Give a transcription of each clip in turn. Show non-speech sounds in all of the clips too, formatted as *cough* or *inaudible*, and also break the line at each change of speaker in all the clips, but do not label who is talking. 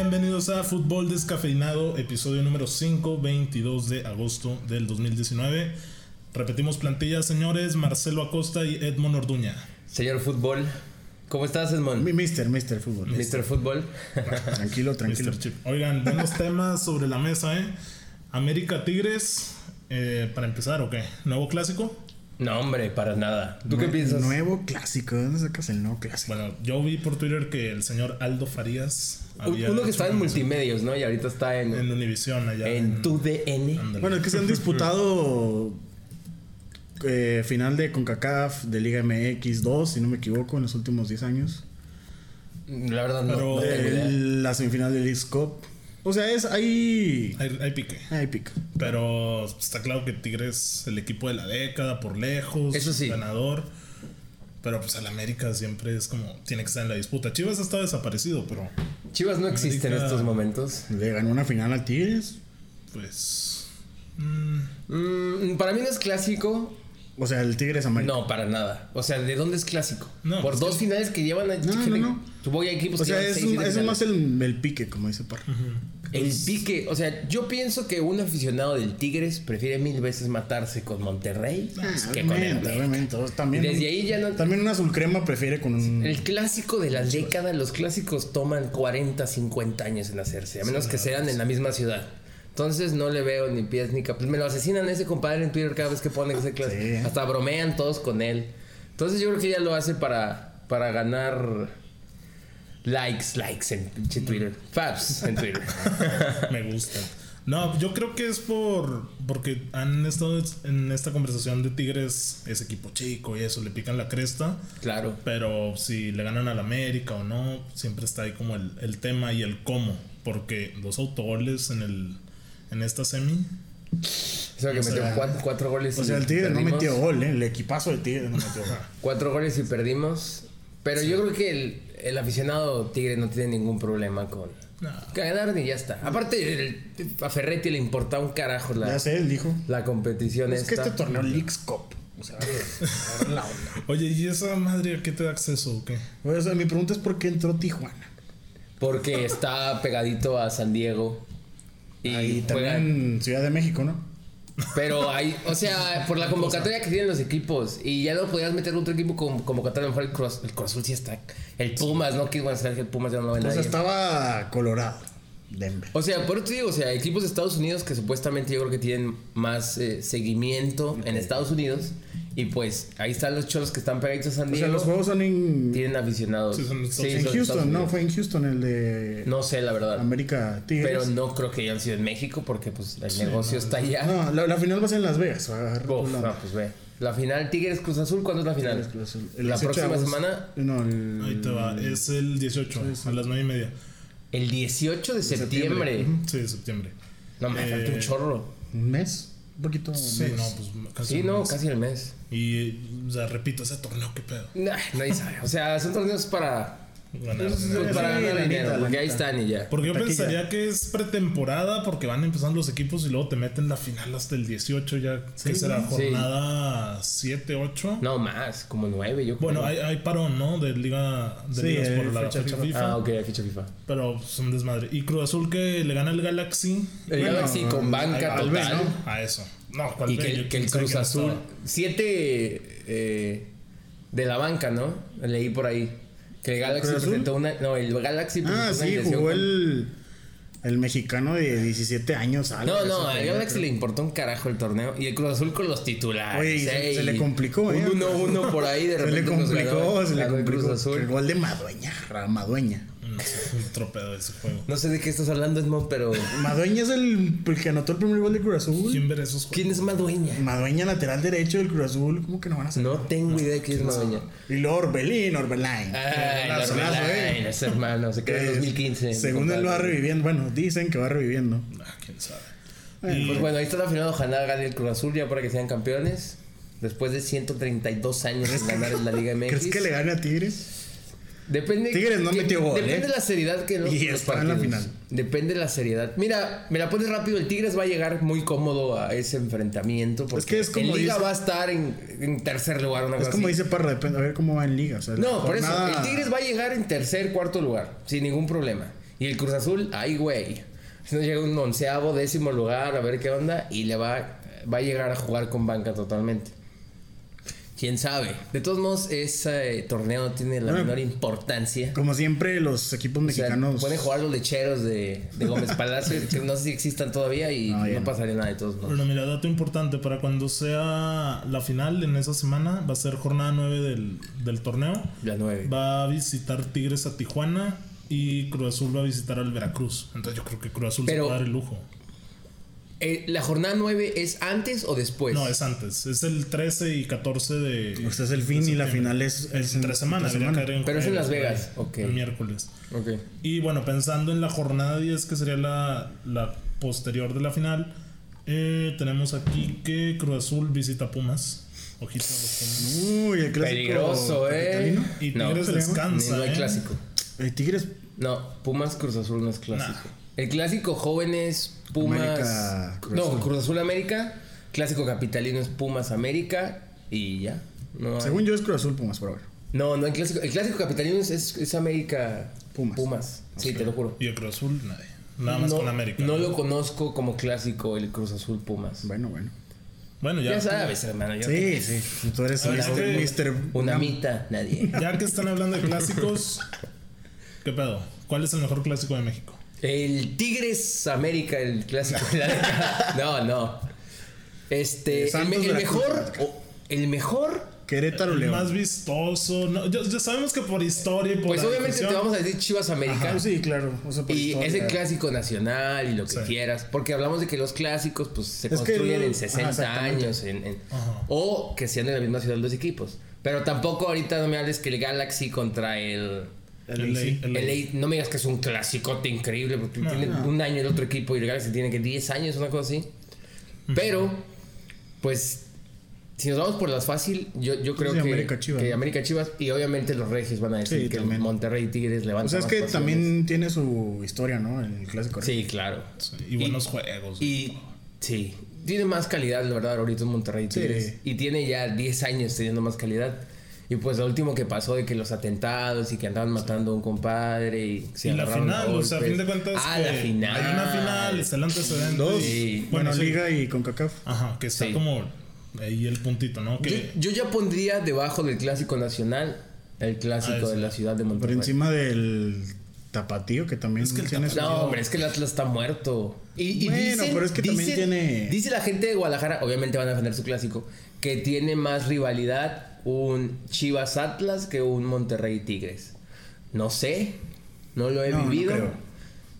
bienvenidos a Fútbol Descafeinado, episodio número 5, 22 de agosto del 2019. Repetimos plantilla, señores, Marcelo Acosta y Edmond Orduña.
Señor Fútbol, ¿cómo estás, Edmond?
Mi- Mister, Mister Fútbol.
Mr.
*laughs*
Fútbol.
Tranquilo, tranquilo.
Mr. Este, Chip. Oigan, buenos temas sobre la mesa, ¿eh? América Tigres, eh, para empezar, ¿o qué? ¿Nuevo clásico?
No, hombre, para nada. ¿Tú qué
Nue-
piensas?
Nuevo clásico. ¿De dónde sacas el nuevo clásico?
Bueno, yo vi por Twitter que el señor Aldo Farías
Un-
había
Uno que
hecho
estaba en
una-
multimedios, ¿no? Y ahorita está en,
en Univisión allá.
en tu DN.
Ándale.
Bueno, es que se han disputado eh, final de CONCACAF, de Liga MX 2, si no me equivoco, en los últimos 10 años.
La verdad, no.
Pero-
no tengo idea.
El- la semifinal del Leagues Cup. O sea, es ahí...
Hay, hay pique.
Ahí pica.
Pero está claro que Tigres el equipo de la década por lejos,
Eso sí.
ganador. Pero pues al América siempre es como tiene que estar en la disputa. Chivas está desaparecido, pero
Chivas no existe en
América-
estos momentos.
Le ganó una final al Tigres.
pues mm, *laughs*
Mm, para mí no es clásico.
O sea, el Tigres amarillo.
No, para nada. O sea, ¿de dónde es clásico?
No,
Por
pues
dos finales que llevan. a-
No, no,
gente-
no.
Supongo que hay equipos
O
que
sea,
llevan
es,
seis,
un-
siete
es un
finales.
más el, el pique, como dice Parra.
El pique, o sea, yo pienso que un aficionado del Tigres prefiere mil veces matarse con Monterrey que con el
obviamente,
América.
obviamente. O sea, Ah, También,
Desde ahí ya no.
también un azul crema prefiere con un...
El clásico de las décadas, los clásicos toman 40, 50 años en hacerse, a menos que
pues
sean en la misma ciudad. Entonces no le veo ni pies ni capas. Me lo asesinan a ese compadre en Twitter cada vez que ponen ese clásico.
Sí.
Hasta bromean todos con él. Entonces yo creo que ya lo hace para, para ganar likes, likes en pinche Twitter. Fabs en
*laughs*
Twitter.
me gusta. No, yo creo que es por porque han estado en esta conversación de Tigres es equipo chico y eso le pican la cresta.
claro.
Pero si le ganan al América o no, siempre está ahí como el, el tema y el cómo. Porque dos autogoles en el en esta semi.
Eso que metió
sea,
cuatro, cuatro goles.
O
y
sea, el Tigre no
perdimos.
metió gol, ¿eh? El equipazo del Tigre no metió gol.
Cuatro goles y perdimos. Pero yo creo que el, el aficionado Tigre no tiene ningún problema con
nah,
ganar y ya está. Aparte, el- a Ferretti le importaba un carajo *laughs* la,
ya sé, él dijo.
la competición
Es que
esta.
este torneo Leagues Cup.
*laughs*
O sea, la onda.
Oye, ¿y esa madre a qué te da acceso o qué?
Pues, O sea, mi pregunta es por qué entró Tijuana. *laughs*
Porque está pegadito a San Diego. Y
Y
juega-
también Ciudad de México, ¿no?
Pero hay, o sea,
*laughs*
por la convocatoria que tienen los equipos. Y ya no podías meter otro equipo con convocatoria. A lo mejor el Cruz, el Cruz Azul sí está. El Pumas, ¿no? Que bueno, será que el Pumas ya no lo ve
O sea,
nadie.
Pues, estaba Colorado, Denver.
O sea, por eso te digo, o sea, equipos de Estados Unidos que supuestamente yo creo que tienen más eh, seguimiento en Estados Unidos. Y pues ahí están los cholos que están pegaditos a San
O
Diego.
sea, los juegos son en,
Tienen aficionados.
Sí, son los Estados
Sí,
en
son los Estados
Houston, ¿no?
Unidos.
Fue en Houston el de
No sé, la verdad.
América
Pero
Tigres.
no creo que hayan sido en México porque pues el negocio está allá.
No, la, la final va a ser en Las Vegas. va a agarrar
Uf,
la-
no, pues ve. La final Tigres Cruz Azul, ¿cuándo es la final?
Tigres Cruz Azul. El
la
18 de
próxima
agosto.
semana,
No, el-
Ahí te va.
Mm.
Es el 18, a las 9 y media.
el 18 de septiembre.
Sí, de septiembre.
No, me falta
Eh,
un chorro.
¿Un mes? Un poquito.
Sí,
menos.
no, pues casi.
Sí,
un
no,
mes.
casi el mes.
Y, o sea, repito, ese torneo, qué pedo.
Nah, nadie sabe. O sea, son torneos para,
Ganar.
pues,
sí,
para
la
ganar
neta,
dinero.
la
porque ahí
neta.
están y ya.
Porque yo
Taquilla.
pensaría que es pretemporada porque van empezando los equipos y luego te meten la final hasta el 18 ya. que será
Sí.
jornada 7, 8.
No más, como nueve, yo creo.
Bueno, hay, hay parón, ¿no? De liga de
Sí,
ligas
eh,
por la fecha,
fecha
FIFA.
FIFA.
Ah, ok, ficha FIFA.
Pero es un desmadre. Y Cruz Azul que le gana al Galaxy.
El
Bueno,
Galaxy con banca
al B,
total.
¿no?
A eso. No, ¿cuál
Y
ve?
que,
Yo
el- que el
pensé
Cruz
no
Azul.
estaba.
Siete eh, de la banca, ¿no? Leí por ahí. Que el Galaxy
Cruz Azul?
presentó una. No, el Galaxy presentó
Ah,
una
sí,
lesión
jugó
con-
el, el mexicano de 17 años. algo,
No,
ese
no, al
jugador.
Galaxy le importó un carajo el torneo. Y el Cruz Azul con los titulares.
Oye, y se-
eh,
se
y
le complicó,
Un
¿eh?
1-1 por ahí de
Se le
repente. nos
complicó,
ganó-
se le
ganó el
complicó.
Cruz Azul.
El gol de Madueña, ra- Madueña.
*laughs*
No sé, un tropeo ese juego.
No sé de qué estás hablando, Edmond, pero.
*laughs* Madueña es el, el que anotó el primer gol de Cruz Azul.
¿Quién verá esos juegos?
¿Quién es Madueña?
Madueña, lateral derecho del Cruz Azul. ¿Cómo que no van a hacer?
No tengo idea de quién es Madueña.
Y luego Orbelín, Orbelín.
Ay,
Golazo,
los
golazo, eh.
Lions, hermano, se quedó en
Eh,
2015.
Según él lo va reviviendo. Bueno, dicen que va reviviendo.
Ah, quién sabe.
Eh,
Pues bueno, ahí está la final. Ojalá gane el Cruz Azul ya para que sean campeones. Después de 132 años sin ganar en la Liga MX.
*laughs* Eh, ¿Crees que le gane a Tigres?
Depende.
Tigres no
que-
metió gol,
Depende
¿eh?
de la seriedad que los,
Y
los
está en la
partidos.
final.
Depende de la seriedad. Mira, me la pones rápido. El Tigres va a llegar muy cómodo a ese enfrentamiento. Porque
que es como
el Liga
dice-
va a estar en, en tercer lugar. Una
Es
cosa
como
así.
dice Parra, depende. A ver cómo va en liga. o sea, la
No, por eso.
jornada-
El Tigres va a llegar en tercer, cuarto lugar. Sin ningún problema. Y el Cruz Azul, ay, güey. Si no llega un onceavo, décimo lugar, a ver qué onda, y le va, va a llegar a jugar con banca totalmente. Quién sabe. De todos modos, ese eh, torneo tiene la
Bueno,
menor importancia.
Como siempre, los equipos
O sea,
mexicanos.
pueden jugar los lecheros de, de Gómez
*laughs*
Palacio, que no sé si existan todavía y
No,
no,
ya no.
pasaría nada de todos modos.
Bueno, mira, dato importante, para cuando sea la final en esa semana, va a ser jornada 9 del, del torneo.
La 9.
Va a visitar Tigres a Tijuana y Cruz Azul va a visitar al Veracruz. Entonces yo creo que Cruz Azul
Pero-
se va a dar el lujo.
Eh, ¿La jornada 9 es antes o después?
No, es antes. Es el 13 y 14 de...
O sea, es el fin y la final es. es
en tres semanas.
tres
debería
semanas.
caer
Pero es en
jueves,
Las Vegas,
güey,
ok.
El miércoles.
Ok.
Y bueno, pensando en la jornada 10, que sería la, la posterior de la final, eh, tenemos aquí que Cruz Azul visita Pumas. Ojito a los Pumas.
Uy, el clásico.
Peligroso, eh.
capitalino.
Y
no,
Tigres descansa.
ni- no hay
eh.
clásico.
El Tigres.
No, Pumas Cruz Azul no es clásico. El clásico jóvenes Pumas.
América, Cruz
no,
Azul.
Cruz Azul América. Clásico capitalino es Pumas América. Y ya. No, hay-
Según yo, es Cruz Azul Pumas, por ahora.
no, no hay clásico. El clásico capitalino es, es- es América
Pumas.
Sí, te lo juro.
Y el Cruz Azul, nadie. Nada más
no,
con América.
No lo conozco como clásico el Cruz Azul Pumas.
Bueno, bueno.
Bueno,
Ya
ya,
sabes, hermano. yo
Sí, sí. Tú eres
Ahora
Mr.
es
Mister-
Una mita, nadie.
ya que están hablando de clásicos, ¿qué pedo? ¿Cuál es el mejor clásico de México?
El Tigres América, el clásico de la década. No, no. Este.
Eh,
El, me-
Santos
el
Veracruz.
mejor. o- El mejor.
Querétaro
El
León.
más vistoso. no, ya, ya sabemos que por historia y por.
Pues
la
obviamente te
difusión,
vamos a decir Chivas América.
Ah, sí, claro. O sea, por
Y
historia.
es el clásico nacional y lo que
Sí.
quieras. Porque hablamos de que los clásicos pues se
que
construyen
el-
en 60
ajá, exactamente.
años. en- en-
Ajá.
o que sean de la misma ciudad los equipos. Pero tampoco ahorita no me hables que el Galaxy contra el.
El, el- el-
el LA, no me digas que es un clasicote increíble porque tiene un año el otro equipo y el Galaxy tiene que 10 años, una cosa así. Pero, pues, si nos vamos por las fácil, yo, yo creo
Sí,
que,
América Chivas,
que
¿no?
América Chivas y obviamente los regios van a decir
Sí,
que
también.
Monterrey y Tigres levantan.
O sea, Pues es
más
que
pasiones.
también tiene su historia, ¿no? El clásico. ¿no?
Sí, claro.
y buenos juegos.
Y sí, tiene más calidad, la verdad, ahorita en Monterrey y
Sí.
Tigres. Y tiene ya 10 años teniendo más calidad. Y pues lo último que pasó de que los atentados y que andaban matando a un compadre y se
Y la
agarraron a
final, o sea, a
golpes.
fin de cuentas.
Ah,
que
la final.
Hay una final, está el antecedente.
Dos.
Sí.
Bueno,
Bueno,
sí.
Liga y con CACAF.
Ajá, que está
Sí.
como ahí el puntito, ¿no?
Yo,
Que
yo ya pondría debajo del clásico nacional el clásico
Ah,
de
sí.
la ciudad de
Por
Monterrey.
encima del tapatío, que también
que el
tiene su-
No, hombre, es que el Atlas está muerto. Y, y
Bueno,
dicen-
pero es que también
dicen-
tiene-
Dice la gente de Guadalajara, obviamente van a defender su clásico, que tiene más rivalidad un Chivas Atlas que un Monterrey Tigres. No sé, no lo he
No, no
vivido.
creo.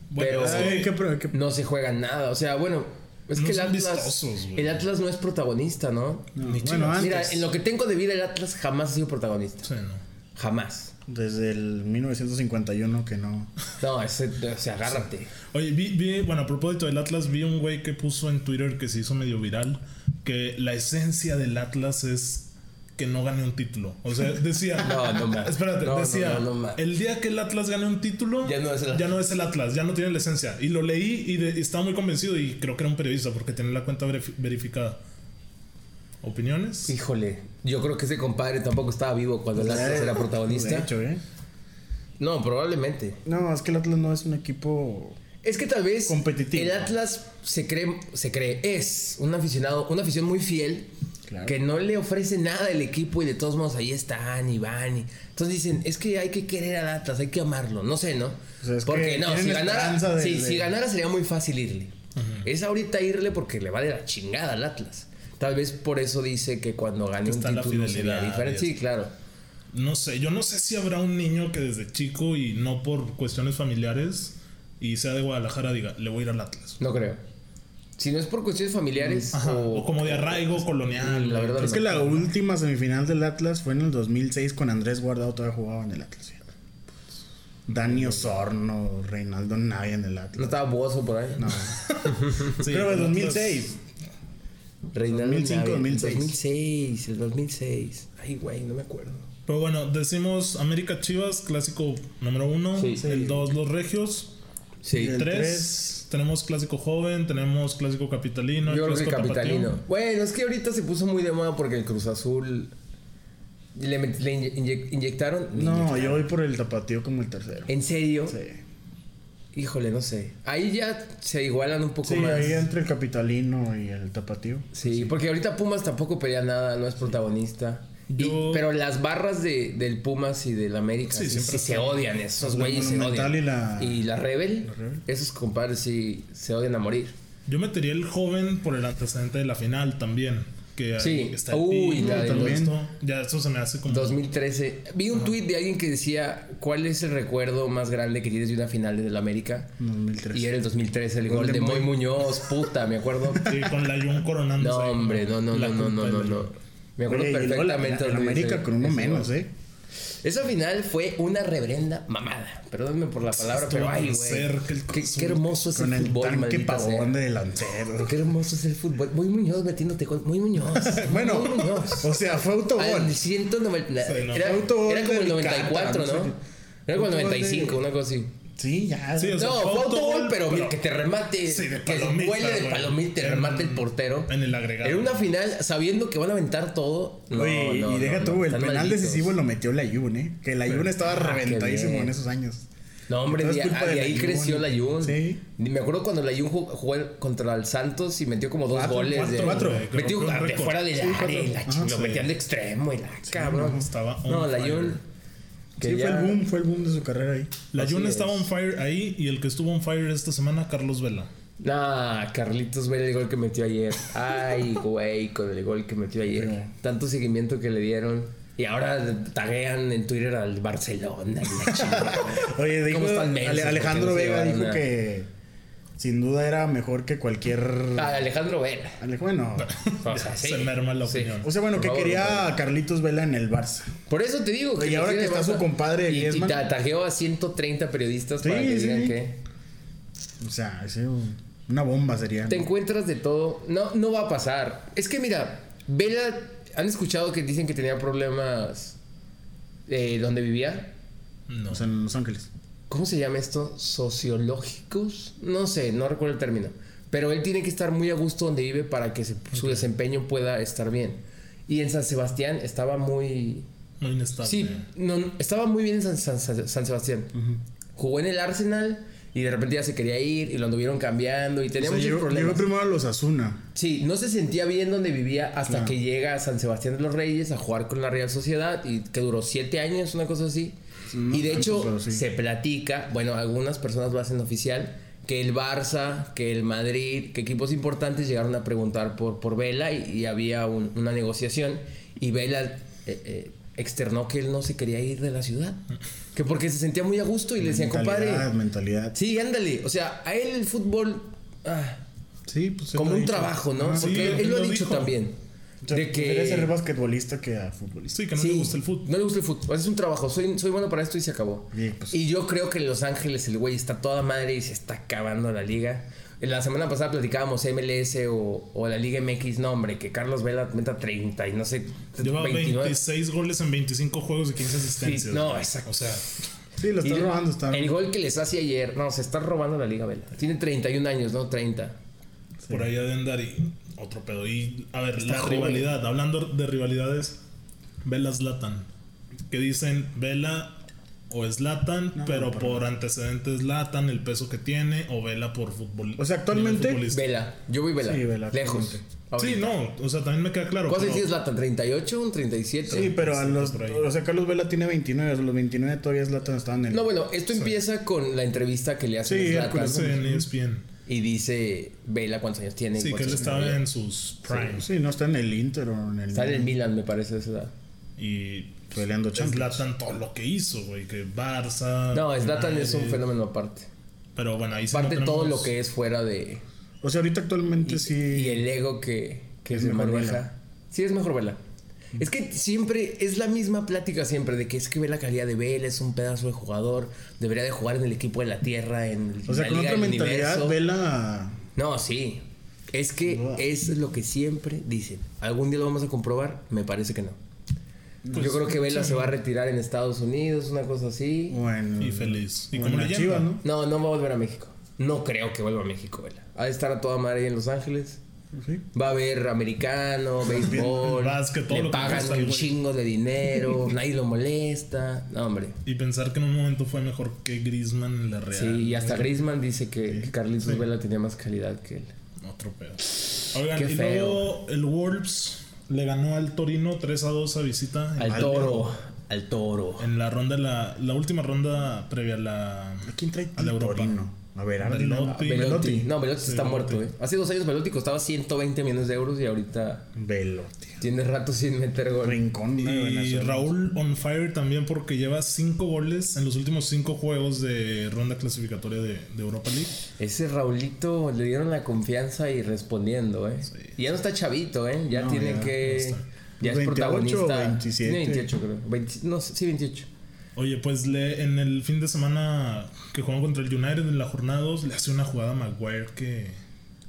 Bueno,
pero-
sí.
Ay, qué pro- qué-
No se juega nada. O sea, bueno, es
No
que el
son
Atlas.
vistosos, güey.
el Atlas no es protagonista, ¿no?
no,
Ni
Bueno,
Chivas.
antes,
Mira, en lo que tengo de vida, el Atlas jamás ha sido protagonista.
Sí, no.
Jamás.
desde el 1951 que no.
No, ese, o sea, agárrate.
Oye, vi, vi- bueno, a propósito del Atlas, vi un güey que puso en Twitter que se hizo medio viral, que la esencia del Atlas es que no gane un título. O sea, decía...
*laughs* No, no mames.
Espérate,
No, no,
decía,
no, no mames.
el día que el Atlas gane un título,
Ya no es el Atlas".
ya no, es el Atlas, ya no tiene la esencia. Y lo leí y, de- y estaba muy convencido y creo que era un periodista porque tenía la cuenta verif- verificada. ¿Opiniones?
Híjole, yo creo que ese compadre tampoco estaba vivo cuando el Atlas era
*laughs* De
protagonista.
hecho, ¿eh?
No, probablemente.
No, es que el Atlas no es un equipo.
Es que tal vez
Competitivo.
el Atlas se cree, se cree, es un aficionado, una afición muy fiel
Claro.
que no le ofrece nada al equipo y de todos modos ahí están y van. y- Entonces dicen, es que hay que querer al Atlas, hay que amarlo, no sé, ¿no?
sea, es
porque
que
no,
tienen
si
esperanza
ganara,
de-
sí,
de-
si ganara sería muy fácil irle. Es ahorita irle porque le vale la chingada al Atlas. Tal vez por eso dice que cuando gane un
está la
título sería
fidelidad y
diferente. Sí,
esto.
claro.
No sé, yo no sé si habrá un niño que desde chico y no por cuestiones familiares y sea de Guadalajara diga, le voy a ir al Atlas.
No creo. Si no es por cuestiones familiares
Ajá,
o,
O, como de arraigo colonial.
la verdad
Es que la última semifinal del Atlas fue en el 2006 con Andrés Guardado todavía jugaba en el Atlas. ¿sí? Dani Osorno, Reinaldo Navia en el
no
Atlas.
estaba Bozo por ahí. *laughs*
No.
Sí,
Pero en
el Atlas-
2006.
Reinaldo
2005,
Navia,
2006.
2006, el 2006. Ay, güey, no me acuerdo.
Pero bueno, decimos América Chivas, clásico número uno.
Sí. Sí.
El dos, los regios.
Sí.
El
El tres,
tres.
tenemos clásico joven, tenemos clásico capitalino. el
Yo creo que
clásico
capitalino.
tapatío.
Bueno, es que ahorita se puso muy de moda porque el Cruz Azul le, met- le inye- inye- inyectaron. Eh,
No, yo voy por el tapatío como el tercero.
¿En serio?
Sí.
Híjole, no sé. Ahí ya se igualan un poco
Sí,
más.
ahí entre el capitalino y el tapatío.
Sí, porque ahorita Pumas tampoco pelea nada, no es protagonista. Y-
Yo-
pero las barras de, del Pumas y del América
Sí,
sí,
siempre
sí se
están-
odian, esos
La
güeyes se
Monumental
odian.
y la-
Rebel,
la Rebel.
esos compadres sí se odian a morir.
Yo metería el joven por el antecedente de la final también. Que ahí
Sí.
está el
Uy,
Tigre,
la de-
todo esto. Ya eso se me hace como.
2013. Vi un tweet de alguien que decía, ¿cuál es el recuerdo más grande que tienes de una final del América?
2003.
Y era el 2013, el gol
de
de Moy
Moy.
Muñoz, puta, me acuerdo.
*laughs*
Sí, con la Jun coronando.
No, hombre, no, no, no, no, no, no, no. Me acuerdo
Oye, y luego la-
perfectamente.
la-
dónde dice
América con uno
ese
menos,
gol.
¿eh?
Esa final fue una reverenda mamada. Perdónenme por la palabra,
Estuvo
pero ay,
tan
güey.
cerca el
Qué,
Cruz Azul.
qué hermoso es el,
Con el
fútbol,
tanque
maldita sea.
pavón de delantero.
Qué hermoso es el fútbol. Muy Muñoz metiéndote con. Muy Muñoz.
*laughs* Bueno, pues,
Muy Muñoz.
o sea, fue autogol.
Al 190.
Sí, no.
Era,
Autogol
era como el
del
94,
Cata, no sé
¿no? Era como el
Autogol de-
95, una cosa así.
Sí, ya.
Sí, o sea,
No,
fue
fue autogol,
autogol,
pero,
pero-
que te remate.
Sí, de
que
palomita,
vuele de
güey.
palomita, te
En-
remate el portero.
en el agregado.
En una final, sabiendo que van a aventar todo. No,
Oye,
no,
y deja
no,
tú,
no,
el
están
penal
malditos.
decisivo lo metió la Yun, ¿eh? Que la Yun estaba
Ah, qué
reventadísimo
bien.
en esos años.
No, hombre,
Todo es
de,
culpa
ah,
de
de
la
ahí
Jun.
creció la Jun.
Sí.
Ni Me acuerdo cuando la Jun jugó, jugó contra el Santos y metió como dos
Cuatro,
goles. de,
cuatro, cuatro. Creo que fue
Metió
un
de
récord.
fuera del
Sí,
área y la
cuatro.
chingada,
Ajá,
Lo
sí.
metían de extremo y la cabrón.
no, estaba on
No, la
fire.
Jun. que
Sí, fue
ya-
el boom, fue el boom de su carrera ahí.
La
Así
Jun
es.
estaba on fire ahí y el que estuvo on fire esta semana, Carlos Vela.
Nah, Carlitos ve el gol que metió ayer. Ay,
*laughs*
güey, con el gol que metió ayer.
Pero-
Tanto seguimiento que le dieron. Y ahora taguean en Twitter al Barcelona. y la
*laughs*
chingada.
Oye, dijo
¿Cómo están mensos?
Ale- Alejandro
¿Por qué no se
Vega
llevaron
dijo
nada?
que sin duda era mejor que cualquier.
Ah, Alejandro Vela.
Ale- Bueno,
O sea, sí.
Se merma la
Sí.
opinión.
o sea, bueno,
Por
que
favor,
quería a Carlitos Vela en el Barça.
Por eso te digo.
Y ahora
tiene
que está
Barça-
su compadre
Y, y
Griezmann.
ta- tagueó a 130 periodistas
Sí,
para que
sí.
digan que.
O sea, ese, una bomba sería. ¿no?
Te encuentras de todo. No, no va a pasar. Es que mira, Vela, ¿han escuchado que dicen que tenía problemas eh, donde vivía?
No.
O sea, en Los Ángeles.
¿Cómo se llama esto? ¿Sociológicos? No sé, no recuerdo el término. Pero él tiene que estar muy a gusto donde vive para que se- su desempeño pueda estar bien. Y en San Sebastián estaba muy...
Muy inestable.
Sí, no, estaba muy bien en San, San- San- San Sebastián. Jugó en el Arsenal y de repente ya se quería ir y lo anduvieron cambiando y tenía
O sea,
muchos
llegó, llegó
problemas.
primero a los Asuna.
Sí, no se sentía bien donde vivía hasta
Claro.
que llega a San Sebastián de los Reyes a jugar con la Real Sociedad y que duró siete años, una cosa así.
no
y de
tanto,
hecho
pero sí.
se platica, bueno, algunas personas lo hacen oficial, que el Barça, que el Madrid, que equipos importantes llegaron a preguntar por, por Vela y, y había un- una negociación y Vela eh, eh, externó que él no se quería ir de la ciudad, que porque se sentía muy a gusto y le decían, compadre,
mentalidad, mentalidad.
sí, ándale, o sea, a él el fútbol... ah,
Sí, pues. él
como
lo
un
dijo.
trabajo, ¿no?
Ah, sí,
Porque
él
él lo ha
lo
dicho
dijo.
también.
O sea,
de
prefiere ser
que.
basquetbolista que a futbolista.
Sí, que no
sí,
le gusta el fútbol.
No le gusta el fútbol. Es un trabajo. Soy, soy bueno para esto y se acabó.
Bien, pues.
Y yo creo que en Los Ángeles el güey está toda madre y se está acabando la liga. En La semana pasada platicábamos MLS o, o la Liga MX. No, hombre, que Carlos Vela meta 30 y no sé.
Lleva
29.
26 goles en 25 juegos y 15 asistencias.
Sí, no,
güey.
exacto.
O sea,
Sí, lo está
Y
robando, está
El gol que les hace ayer. No, se está robando la Liga Vela. Tiene 31 años, no 30.
por ahí ha de andar y otro pedo. Y a ver, la
joven.
rivalidad. Hablando de rivalidades, Vela Zlatan. Que dicen Vela o Zlatan, pero por antecedentes Zlatan, el peso que tiene, o Vela por fútbol.
O sea, actualmente,
nivel futbolista.
Vela. Yo voy Vela.
Sí, Vela,
Lejos.
totalmente.
Sí, no, o sea, también me queda claro.
¿Cuánto
pero-
tienes Latan? ¿38? ¿Un 37?
Sí, pero a
sí,
los.
por ahí.
O sea, Carlos Vela tiene 29. A los 29 todavía Zlatan estaba en el.
No, bueno, esto empieza con la entrevista que le hace
Sí,
Zlatan
Hércules,
Sí, en ESPN.
y dice Vela cuántos años tiene. y
Sí, que
cuántos
él
años
estaba
tiene.
en sus primes.
Sí, no está en el Inter o en el.
Está en el Milan, me parece, a esa edad.
Y
Peleando Champions.
Zlatan todo lo que hizo, güey, que
Ah,
Barça.
No, Zlatan
United.
es
eh,
un fenómeno aparte.
Pero bueno, ahí sí
Aparte
no
todo
tenemos-
lo que es fuera de...
O sea, ahorita actualmente sí.
Y el ego que, que
Es
se
mejor
maneja.
Vela. Mm.
Sí, es mejor Vela. Es que siempre, es la misma plática siempre, de que es que ve la calidad de Vela, es un pedazo de jugador, debería de jugar en el equipo de la Tierra, en
O sea,
la
con
Liga
otra
del
mentalidad,
Universo.
Vela.
No, sí. Es que
Sin duda.
eso es lo que siempre dicen. ¿Algún día lo vamos a comprobar? Me parece que no. Yo creo que Vela se va a retirar en Estados Unidos, una cosa así.
Bueno.
Y feliz. Y
o
como
en la
leyenda.
Chivas, ¿no?
No, no va a volver a México. No creo que vuelva a México, Vela. Ha de estar a toda madre ahí en Los Ángeles.
Sí.
Va a haber
*laughs*
americano, béisbol,
básquet, todo
le
lo que
pagan
cuesta el
un
güey.
chingo
*laughs*
de dinero, nadie lo molesta. No, hombre.
Y pensar que en un momento fue mejor que Griezmann en la Real.
Sí, y hasta Griezmann dice que, que Carlitos
Sí.
Vela tenía más calidad que él.
Otro pedo. Oigan,
Qué
y luego el Wolves le ganó al Torino 3 a 2 a visita. en
Al
Malmö.
toro, al toro.
En la ronda, la, la última ronda previa a la.
¿A quién trae
A la Europa.
Torino? A ver, Ardi,
Velotti.
no,
Velotti.
Velotti.
No, Velotti está muerto, eh. Hace dos años Velotti costaba 120 millones de euros y ahorita
Velotti.
tiene rato sin meter gol.
Rincón de
Y
Venezuela.
eh, Raúl on fire también porque lleva 5 goles en los últimos 5 juegos de ronda clasificatoria de, de Europa League.
Ese Raulito le dieron la confianza y respondiendo, ¿eh? y ya no está chavito, ¿eh? Ya
No,
tiene
ya,
que...
no está.
ya es
28 o
protagonista.
27.
Tiene 28 creo. 20 no, sí, 28.
Oye, pues le, en el fin de semana que jugó contra el United en la jornada 2 le hace una jugada a Maguire que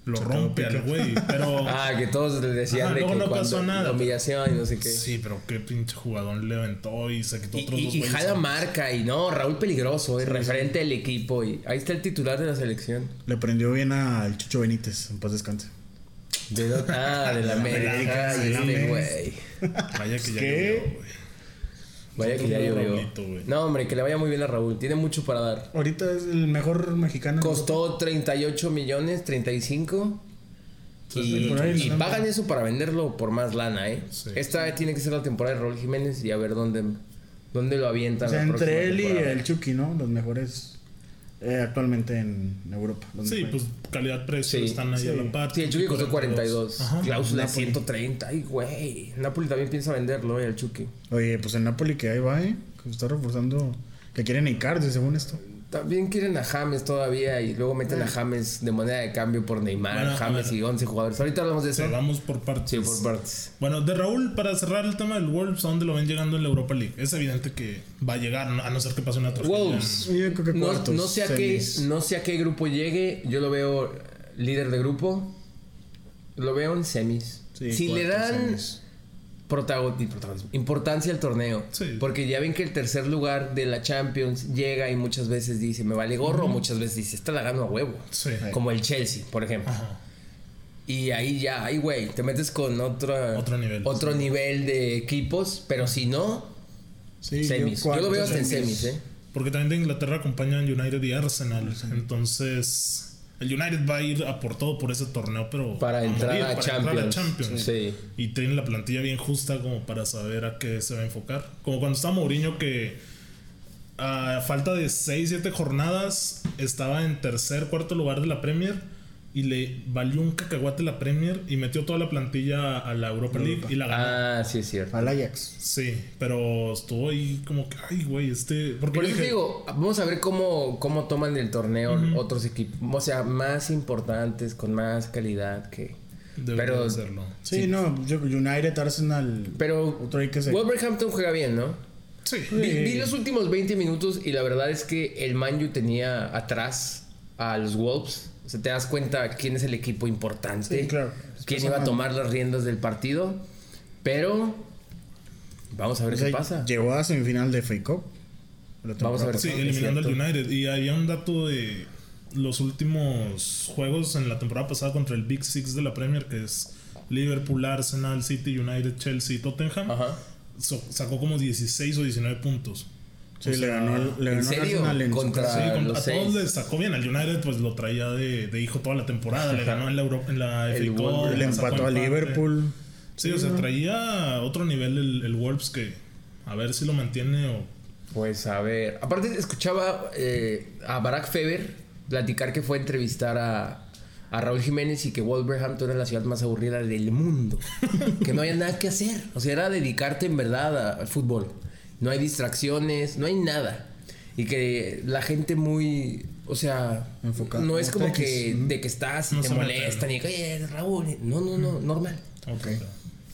lo rompe al güey. Pero.
*laughs* Ah, que todos le decían
Oh. Ajá,
de
luego
que
no
cuando-
pasó nada.
la humillación y no sé qué.
Sí, pero qué pinche jugador le aventó y se quitó
Y,
otros
y-
dos
y
güeyes.
jala marca y no, Raúl peligroso, es referente del equipo y ahí está el titular de la selección.
Le prendió bien al Chucho Benítez. En paz descanse.
De no- ah,
*laughs*
de la América,
América,
sí,
de
este
la América.
güey.
Vaya que ya
¿Qué?
llovió, güey.
Vaya que ya
Otro
llovió.
Raulito, güey.
No, hombre, que le vaya muy bien a Raúl, tiene mucho para dar.
Ahorita es el mejor mexicano.
Costó 38 millones, 35. Y,
por ahí,
y
¿no?
pagan eso para venderlo por más lana, ¿eh?
Sí.
Esta tiene que ser la temporada de Raúl Jiménez y a ver dónde, dónde lo avientan.
O sea,
la próxima
entre él y
temporada.
el Chucky, ¿no? Los mejores eh, actualmente en Europa. Los
Sí,
mejores.
pues calidad-precio
Sí,
están ahí
sí.
a la par. pues,
Sí, el Chucky costó 42.
Ajá.
Cláusula
Napoli.
130. Ay, güey. Napoli también piensa venderlo, eh, el Chucky.
Oye, pues en Napoli que ahí va, ¿eh? Que se está reforzando. Que quieren a Icardi, según esto.
También quieren a James todavía y luego meten
Ah.
a James de moneda de cambio por Neymar,
Bueno, a
James
ver.
y 11 jugadores. Ahorita hablamos de eso.
Sí, vamos por partes.
Sí, por partes.
Bueno, de Raúl, para cerrar el tema del Wolves, ¿a dónde lo ven llegando en la Europa League? Es evidente que va a llegar, a no ser que pase una tragedia.
Wolves.
Yo creo que
No,
cuartos,
no sé a qué,
semis.
no sé a qué grupo llegue. Yo lo veo líder de grupo. Lo veo en semis.
Sí,
si le
cuartos,
dan
semis.
protago- importancia al torneo.
Sí.
Porque ya ven que el tercer lugar de la Champions llega y muchas veces dice, me vale gorro, muchas veces dice, esta la gano a huevo.
Sí. Ah.
Como el Chelsea, por ejemplo.
Ajá.
Y ahí ya, ahí güey, te metes con otra,
Otro nivel.
otro nivel de equipos, pero si no,
Sí,
semis. Yo, lo
cuartos,
veo hasta en semis, ¿eh?
Porque también de Inglaterra acompañan United y Arsenal. Entonces, el United va a ir a por todo por ese torneo, pero.
Para, entrar,
morir,
a
para
Champions.
entrar a Champions.
Sí.
Y tienen la plantilla bien justa como para saber a qué se va a enfocar. Como cuando estaba Mourinho que a falta de 6, 7 jornadas estaba en tercer, cuarto lugar de la Premier y le valió un cacahuate la Premier y metió toda la plantilla a la Europa League y la ganó.
Ah, sí es cierto.
Al Ajax.
Sí, pero estuvo ahí como que, ay, güey, este... Porque
Por
yo
eso te
dije,
digo, vamos a ver cómo, cómo toman el torneo otros equipos, o sea, más importantes, con más calidad que...
debería
pero-
hacerlo.
Sí, no, yo, United, Arsenal.
Pero
Otro ahí que se.
Wolverhampton juega bien, ¿no?
Sí.
Vi, vi los últimos 20 minutos y la verdad es que el Manju tenía atrás a los Wolves. O sea, te das cuenta quién es el equipo importante.
Sí, claro.
Quién iba a tomar las riendas del partido. Pero vamos a ver
O sea,
qué pasa.
Llegó a semifinal de Fake Cup. La
Vamos a ver.
temporada
Sí,
es
eliminando al
cierto.
United. Y había un dato de los últimos juegos en la temporada pasada contra el Big Six de la Premier, que es Liverpool, Arsenal, City, United, Chelsea y Tottenham.
Ajá.
so- sacó como 16 o 19 puntos.
Sí, le ganó, al- le
¿en
ganó al
serio?
Arsenal en su
Contra-
casa.
Sí,
Ah,
con-
los
a todos
seis.
les sacó bien. Al United pues lo traía de, de hijo toda la temporada. Le ganó en la, Europa, en la
El
FA Cup,
Wolves.
Le
sacó
empató a
empate.
Liverpool.
Sí, o sea, traía otro nivel el, el Wolves que a ver si lo mantiene o...
Pues a ver. Aparte, escuchaba eh, a Barack Feber platicar que fue a entrevistar a, a Raúl Jiménez y que Wolverhampton era la ciudad más aburrida del mundo. que no había nada que hacer. O sea, era dedicarte en verdad a- al fútbol. No hay distracciones, no hay nada. Y que la gente muy. O sea,
Enfocada.
no es como
Tranquis,
que
ujú.
de que estás y
No
te
se meten.
molestan y que, oye, Raúl. No, no, no, normal.
Ok.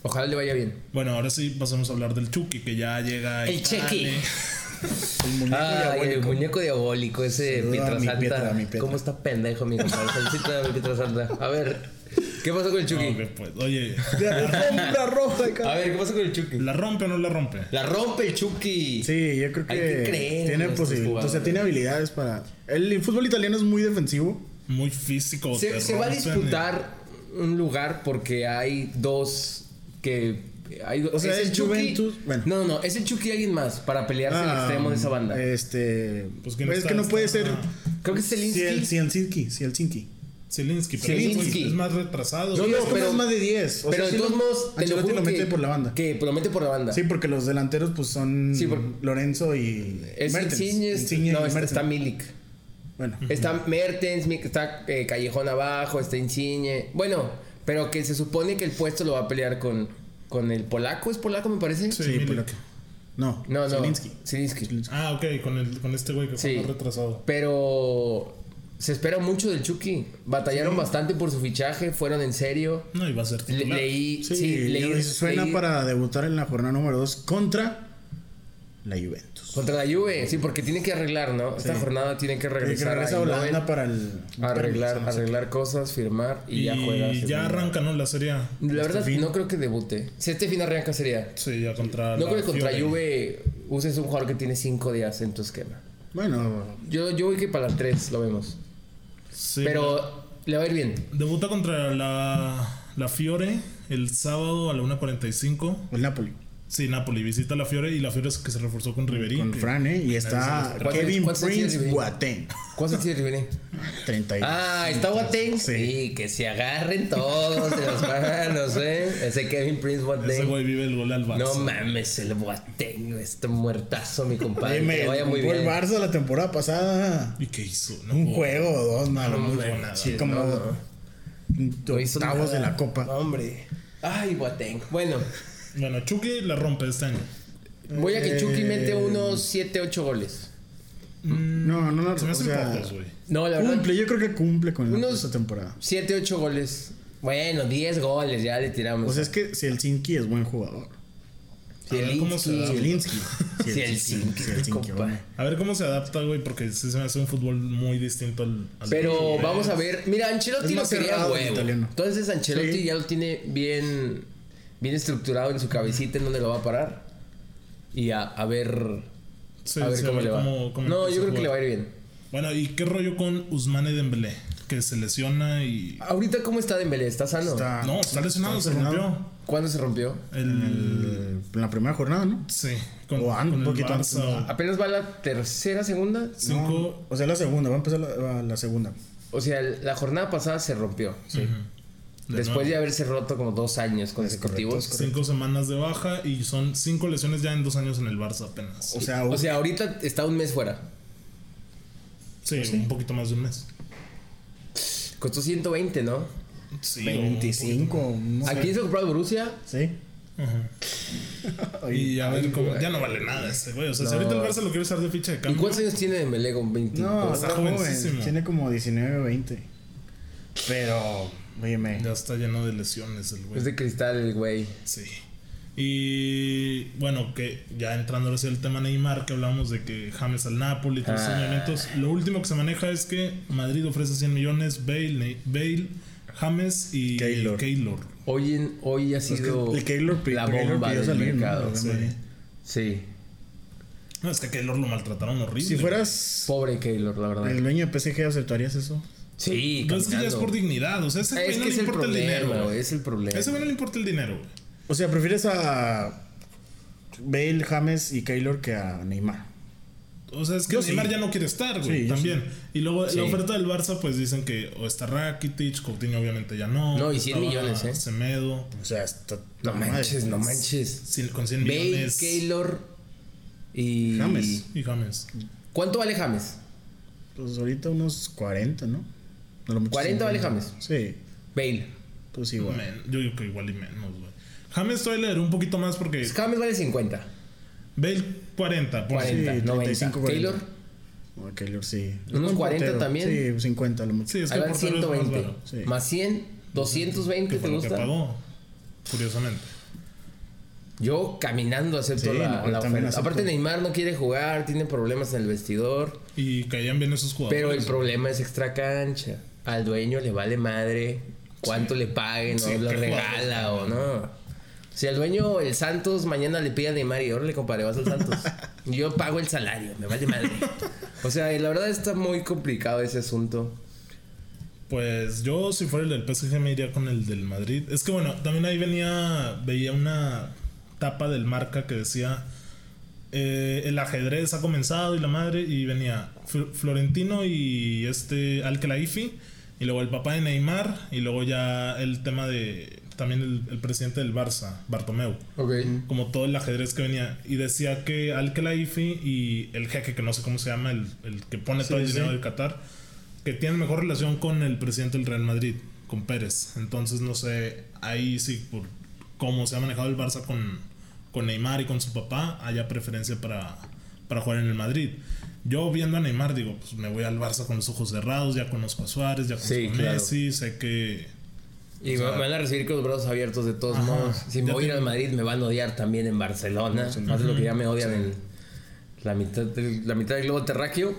Ojalá le vaya bien.
Bueno, ahora sí pasamos a hablar del Chucky, que ya llega...
El Chucky.
Italia.
El muñeco
Ah, el
diabólico. *laughs*
muñeco diabólico, ese
Saluda a
Pietra
mi
Santa.
Pietra, mi Pietra.
¿Cómo está pendejo,
*laughs*
mi compadre? Felicita a Pietra Santa. A ver, ¿qué pasó con el Chucky?
Ok, pues, oye,
De alfombra roja,
A
cabrón.
ver, ¿qué pasó con el Chucky?
¿la rompe o no la rompe?
La rompe el Chucky.
Sí, yo creo que,
Hay que creer en
tiene
nuestros
posibilidades. O sea,
jugadores.
tiene habilidades para. El fútbol italiano es muy defensivo.
Muy físico.
Se,
te
se va a
rompen y-
disputar un lugar porque hay dos que. Hay, do-
O sea, es Juventus, bueno.
No, no, no, es el Chucky y alguien más para pelearse al
Ah,
extremo de esa banda.
Este.
Pues
Pues
que no
es
está-
que no puede
está-
ser.
Creo que es Zelinsky.
Ciel- Cielzinski, Cielzinski.
Zelinsky, pero
Zielinski.
es- es más retrasado.
No,
güey.
no,
Es como
pero-
es más de 10.
pero de
sí
todos
lo-
modos, te lo
Ancelotti
juro
lo mete
que-
por la banda.
Que promete por la banda.
Sí, porque los delanteros pues son
Sí, por-
Lorenzo y
es
Mertens.
Insigne, es-
Insigne
no,
y
está,
Mertens.
está Milik.
Bueno,
Está Mertens, Milik, está eh, Callejón abajo, está Insigne. Bueno, pero que se supone que el puesto lo va a pelear con, con el polaco. ¿Es polaco, me parece?
Sí,
sí,
Milik.
pero que- No,
No, no.
Zielinski.
Zielinski.
Ah, ok, con, el, con este güey que
Sí.
fue más retrasado.
Pero se espera mucho del Chucky. Batallaron bastante por su fichaje, fueron en serio.
No, iba a ser
Le-
titular.
leí, sí,
Sí, y
leí,
suena
leí
para debutar en la jornada número 2 contra la Juventus.
contra la Juve, sí, porque tiene que arreglar, ¿no? Esta
Sí.
jornada tiene que
Que
regresar
regresa
a
a Holanda
Eindhoven,
para el
arreglar,
no sé.
arreglar cosas, firmar y,
Y
ya
ya,
juega. según-
arranca, ¿no? La serie. A.
La verdad
Estefin.
no creo que debute. Si este fin arranca sería.
Sí, ya contra.
No
la
creo que contra
Fiore.
Juve uses un jugador que tiene cinco días en tu esquema.
Bueno,
Yo, yo voy que para las tres lo vemos.
Sí,
Pero le va a ir bien.
Debuta contra la, la Fiore el sábado a la 1.45.
el Napoli
Sí, Napoli visita a la Fiore y la Fiore es que se reforzó con Riverín.
con
que-
Fran, ¿eh? Y está
¿Cuántos-
Kevin
cuántos
Prince
tienes, güey?
Boateng.
¿Cuánto tiene Ribery?
30 y-
Ah, está Boateng. Sí.
Sí.
que se agarren todos de las manos, ¿eh? Ese Kevin Prince
Ese
Boateng.
güey vive el gol al Barça.
No mames, el Boateng. Este muertazo, mi compadre.
Oye, me
que vaya muy
ocupó
bien.
el Barça la temporada pasada.
¿Y qué hizo? No
Un
jugó.
juego o dos, mano.
No
muy
manches,
buena. Así
no,
como
no. No hizo
octavos
nada.
de la copa.
Hombre. Ay, Boateng. Bueno,
Bueno, Chucky la rompe este año.
voy a que Chucky
Eh.
mete unos 7, 8 goles.
No, no, no.
Se me
o
hacen
sea,
pocos, güey.
No, la verdad.
Cumple, yo creo que cumple con
Unos-
esta temporada.
7, 8 goles. Bueno, 10 goles ya le tiramos.
O sea, es que si el Zinki es buen jugador.
Pues a ver cómo se da.
Zielinski.
Zielinski.
Zielinski, compa.
bueno.
A ver cómo se adapta, güey, porque sí se me hace un fútbol muy distinto al. al
Pero
Juve.
vamos a ver. Mira, Ancelotti
Es
lo
más
quería a
cerrado el
huevo.
italiano.
Entonces Ancelotti
Sí.
ya lo tiene bien, bien estructurado en su cabecita en dónde lo va a parar. Y a, a ver.
Sí,
a ver
sí, a
cómo
ver
le va.
cómo- cómo
no,
empieza
yo
a
creo que le va a
jugar.
ir bien.
Bueno, ¿y qué rollo con Usmane Dembélé? Que se lesiona y.
Ahorita, ¿cómo está Dembélé? ¿Está sano?
Ah, Está-
No, está lesionado,
está
se
lesionado.
rompió.
¿Cuándo se rompió?
El.
Eh, En la primera jornada, ¿no?
Sí, con,
O antes,
con
un poquito
el
antes,
Barça.
¿Apenas va la tercera, segunda?
Cinco.
No, o sea, la segunda. Va a empezar la, la segunda.
O sea, la jornada pasada se rompió. Sí.
De
Después de haberse roto como dos años consecutivos.
Cinco semanas de baja y son cinco lesiones ya en dos años en el Barça apenas.
O sea,
O sea, ahorita está un mes fuera.
¿Ah,
Sí, un poquito más de un mes.
Costó 120, ¿no?
Sí, o-
25. No sé.
Aquí se compró el Borussia.
Sí.
Ajá. Y a ver cómo. Ya no vale nada este güey. O sea, si
No.
ahorita el Barça lo quiere usar de ficha de
¿Y
cambio.
cuántos años tiene Dembélé con 20?
No,
Está
está joven.
jovencísimo.
Tiene como 19, 20. Pero, oye, me.
Ya está lleno de lesiones el güey.
Es de cristal el güey.
Sí. Y bueno, que ya entrando hacia el tema Neymar, que hablamos de que James al Napoli, todos esos
Ah.
movimientos. Lo último que se maneja es que Madrid ofrece 100 millones, Bale, Ne- Bale James y
Keylor.
Keylor.
Hoy, en, hoy ha sido
el Keylor pi-
la
Keylor
bomba
pidió
del
salir, ¿no?
mercado.
Del
Sí.
Madrid.
Sí.
No, es que a Keylor lo maltrataron horrible.
Si fueras
Pobre Keylor, la verdad.
el dueño de PSG, ¿aceptarías eso?
Sí,
Pero es que ya es
caminando. Ah,
por dignidad. O sea, ese güey
Es
no
que
le
es el
importa el,
problema,
dinero.
güey,
güey.
es el problema.
Ese güey no le importa el dinero, güey.
O sea, prefieres a Bale, James y Keylor que a Neymar.
O sea, es que
Yo
Neymar
sí.
ya no quiere estar, güey,
Sí, yo
también. Y luego
Sí.
la oferta del Barça, pues dicen que o está Rakitic, Coutinho obviamente ya no.
No, y 100
estaba
millones, ¿eh?
Semedo,
O sea, está.
No
madre.
manches, no manches.
cien- con 100
Bale,
millones.
Keylor y...
James.
Y James.
¿Cuánto vale James?
Pues ahorita unos 40, ¿no? A lo mucho
40 vale James.
Sí,
Bale.
pues igual.
Men- yo digo que igual y menos, güey. James todavía le daré un poquito más porque
James vale 50.
Bale 40, por
40, 90.
35, 40.
Keylor,
A Keylor sí.
Unos
Un
40
portero.
también.
Sí, 50 a lo mucho.
Sí, es que
ahí
el
van
portero es más
120.
barato.
sí.
Más 100, 220,
Que
¿te
fue lo que
gusta?
pagó, curiosamente.
Yo caminando acepto
Sí,
la,
no,
la
también
oferta.
acepto.
Aparte Neymar no quiere jugar, tiene problemas en el vestidor,
Y caían bien esos jugadores.
pero el problema es extra cancha. Al dueño le vale madre cuánto le paguen
Sí,
o lo
qué
regala o no. Si al dueño el Santos mañana le pide a Neymar y ahora le comparé vas
*laughs*
al Santos. Yo pago el salario, me vale madre. O sea, la verdad está muy complicado ese asunto.
Pues yo, si fuera el del PSG, me iría con el del Madrid. Es que bueno, también ahí venía, veía una tapa del marca que decía: eh, El ajedrez ha comenzado y la madre. Y venía Fl- Florentino y este Al Khelaifi. Y luego el papá de Neymar. Y luego ya el tema de también el, el presidente del Barça, Bartomeu.
Ok.
Como todo el ajedrez que venía. Y decía que Al Khelaifi y el jeque, que no sé cómo se llama, el, el que pone todo el
sí,
dinero
sí.
del Qatar, que tienen mejor relación con el presidente del Real Madrid, con Pérez. Entonces, no sé, ahí sí, por cómo se ha manejado el Barça con, con Neymar y con su papá, haya preferencia para, para jugar en el Madrid. Yo viendo a Neymar, digo, pues me voy al Barça con los ojos cerrados, ya conozco a Suárez, ya conozco
Sí,
a
claro.
Messi, sé que
Y me- me van a recibir con los brazos abiertos de todos
Ajá.
modos. Si me
Ya
voy a ir
te-
al Madrid, me van a odiar también en Barcelona. Más de lo que ya me odian en la mitad, del, la mitad del globo
*laughs*
terráqueo.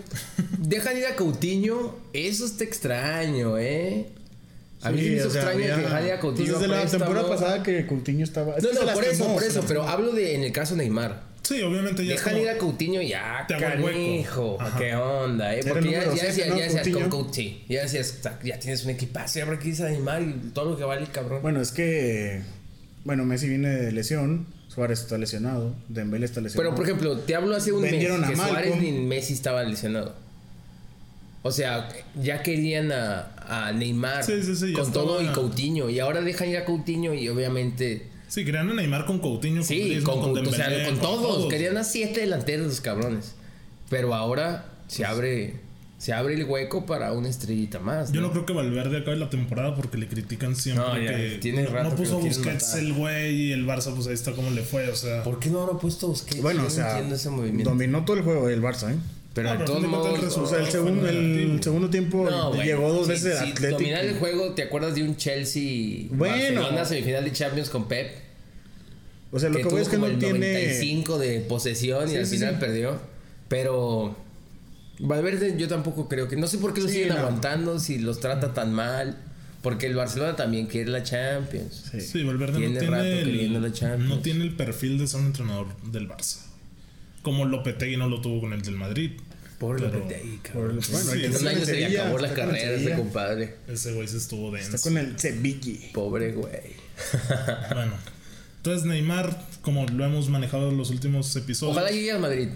Dejan ir a Coutinho. Eso está extraño, ¿eh? A mí sí, me hizo
o sea,
extraño
había-
que dejan ir a Coutinho.
Pues
a
desde la
préstamo.
temporada pasada que Coutinho estaba. es que
No,
se
no, por eso,
lastimó,
por
se
eso. Pero hablo de en el caso de Neymar.
sí, obviamente ya es
Dejan
como-
ir a Coutinho y ya,
Te hago el hueco.
canijo.
Ajá.
¿Qué onda, eh?
Era
Porque
el
ya,
número
ya,
siete,
decías-
¿no?
ya decías con
Coutinho.
Coutinho. Ya decías, ya tienes un equipazo. Y ahora quise animar y todo lo que vale, cabrón.
Bueno, es que. Bueno, Messi viene de lesión. Suárez está lesionado. Dembélé está lesionado.
Pero, por ejemplo, te hablo hace un mes
Vendieron a
que Suárez
Malcom.
ni Messi estaba lesionado. O sea, ya querían a, a Neymar
Sí, sí, sí, ya
con todo y
estaba-
Coutinho. Y ahora dejan ir a Coutinho y obviamente...
Sí, querían a Neymar con Coutinho, con
Sí,
Griezmann,
con, Coutinho, o sea,
Dembélé,
con todos. Querían a siete delanteros, los cabrones. Pero ahora
Pues
se abre, se abre el hueco para una estrellita más.
Yo no creo que Valverde acabe la temporada porque le critican siempre
No, ya,
que
tiene
no,
rato
no
que
puso
lo quieren
Busquets
matar.
el güey y el Barça pues ahí está como le fue, o sea.
¿Por qué no habrá puesto a Busquets?
Bueno,
Yo
o
no
sea,
entiendo ese movimiento.
dominó todo el juego el Barça, ¿eh?
Pero
Ah,
de
pero
todos
al fin de cuentas el
modos...
O sea, el
Fue
segundo, el
negativo.
segundo tiempo
No, bueno,
llegó dos
si-
veces
si
el Atlético.
dominar el juego, ¿te acuerdas de un Chelsea
Bueno.
Barcelona semifinal de Champions con Pep?
O sea, lo que,
tuvo
voy es que
como
no
el
tiene.
95 de posesión y
Sí,
al
sí,
final
sí.
perdió. Pero Valverde yo tampoco creo que no sé por qué lo
Sí,
siguen
no. Mm.
aguantando si los trata tan mal, porque el Barcelona también quiere la Champions.
Sí.
Sí, Valverde
Tiene
no
rato
tiene,
queriendo la
el,
Champions.
no tiene el perfil de ser un entrenador del Barça. Como Lopetegui no lo tuvo con el del Madrid.
Pobre
Pero-
Lopetegui, cabrón.
Bueno,
Sí,
En
aquí
está
un
está
año
con
se le
Sevilla,
acabó la
está con el
carrera a ese
Sevilla,
compadre.
Ese güey se estuvo denso.
Está con el Sevilla.
Pobre güey.
Bueno. Entonces Neymar, como lo hemos manejado en los últimos episodios,
Ojalá llegue al Madrid.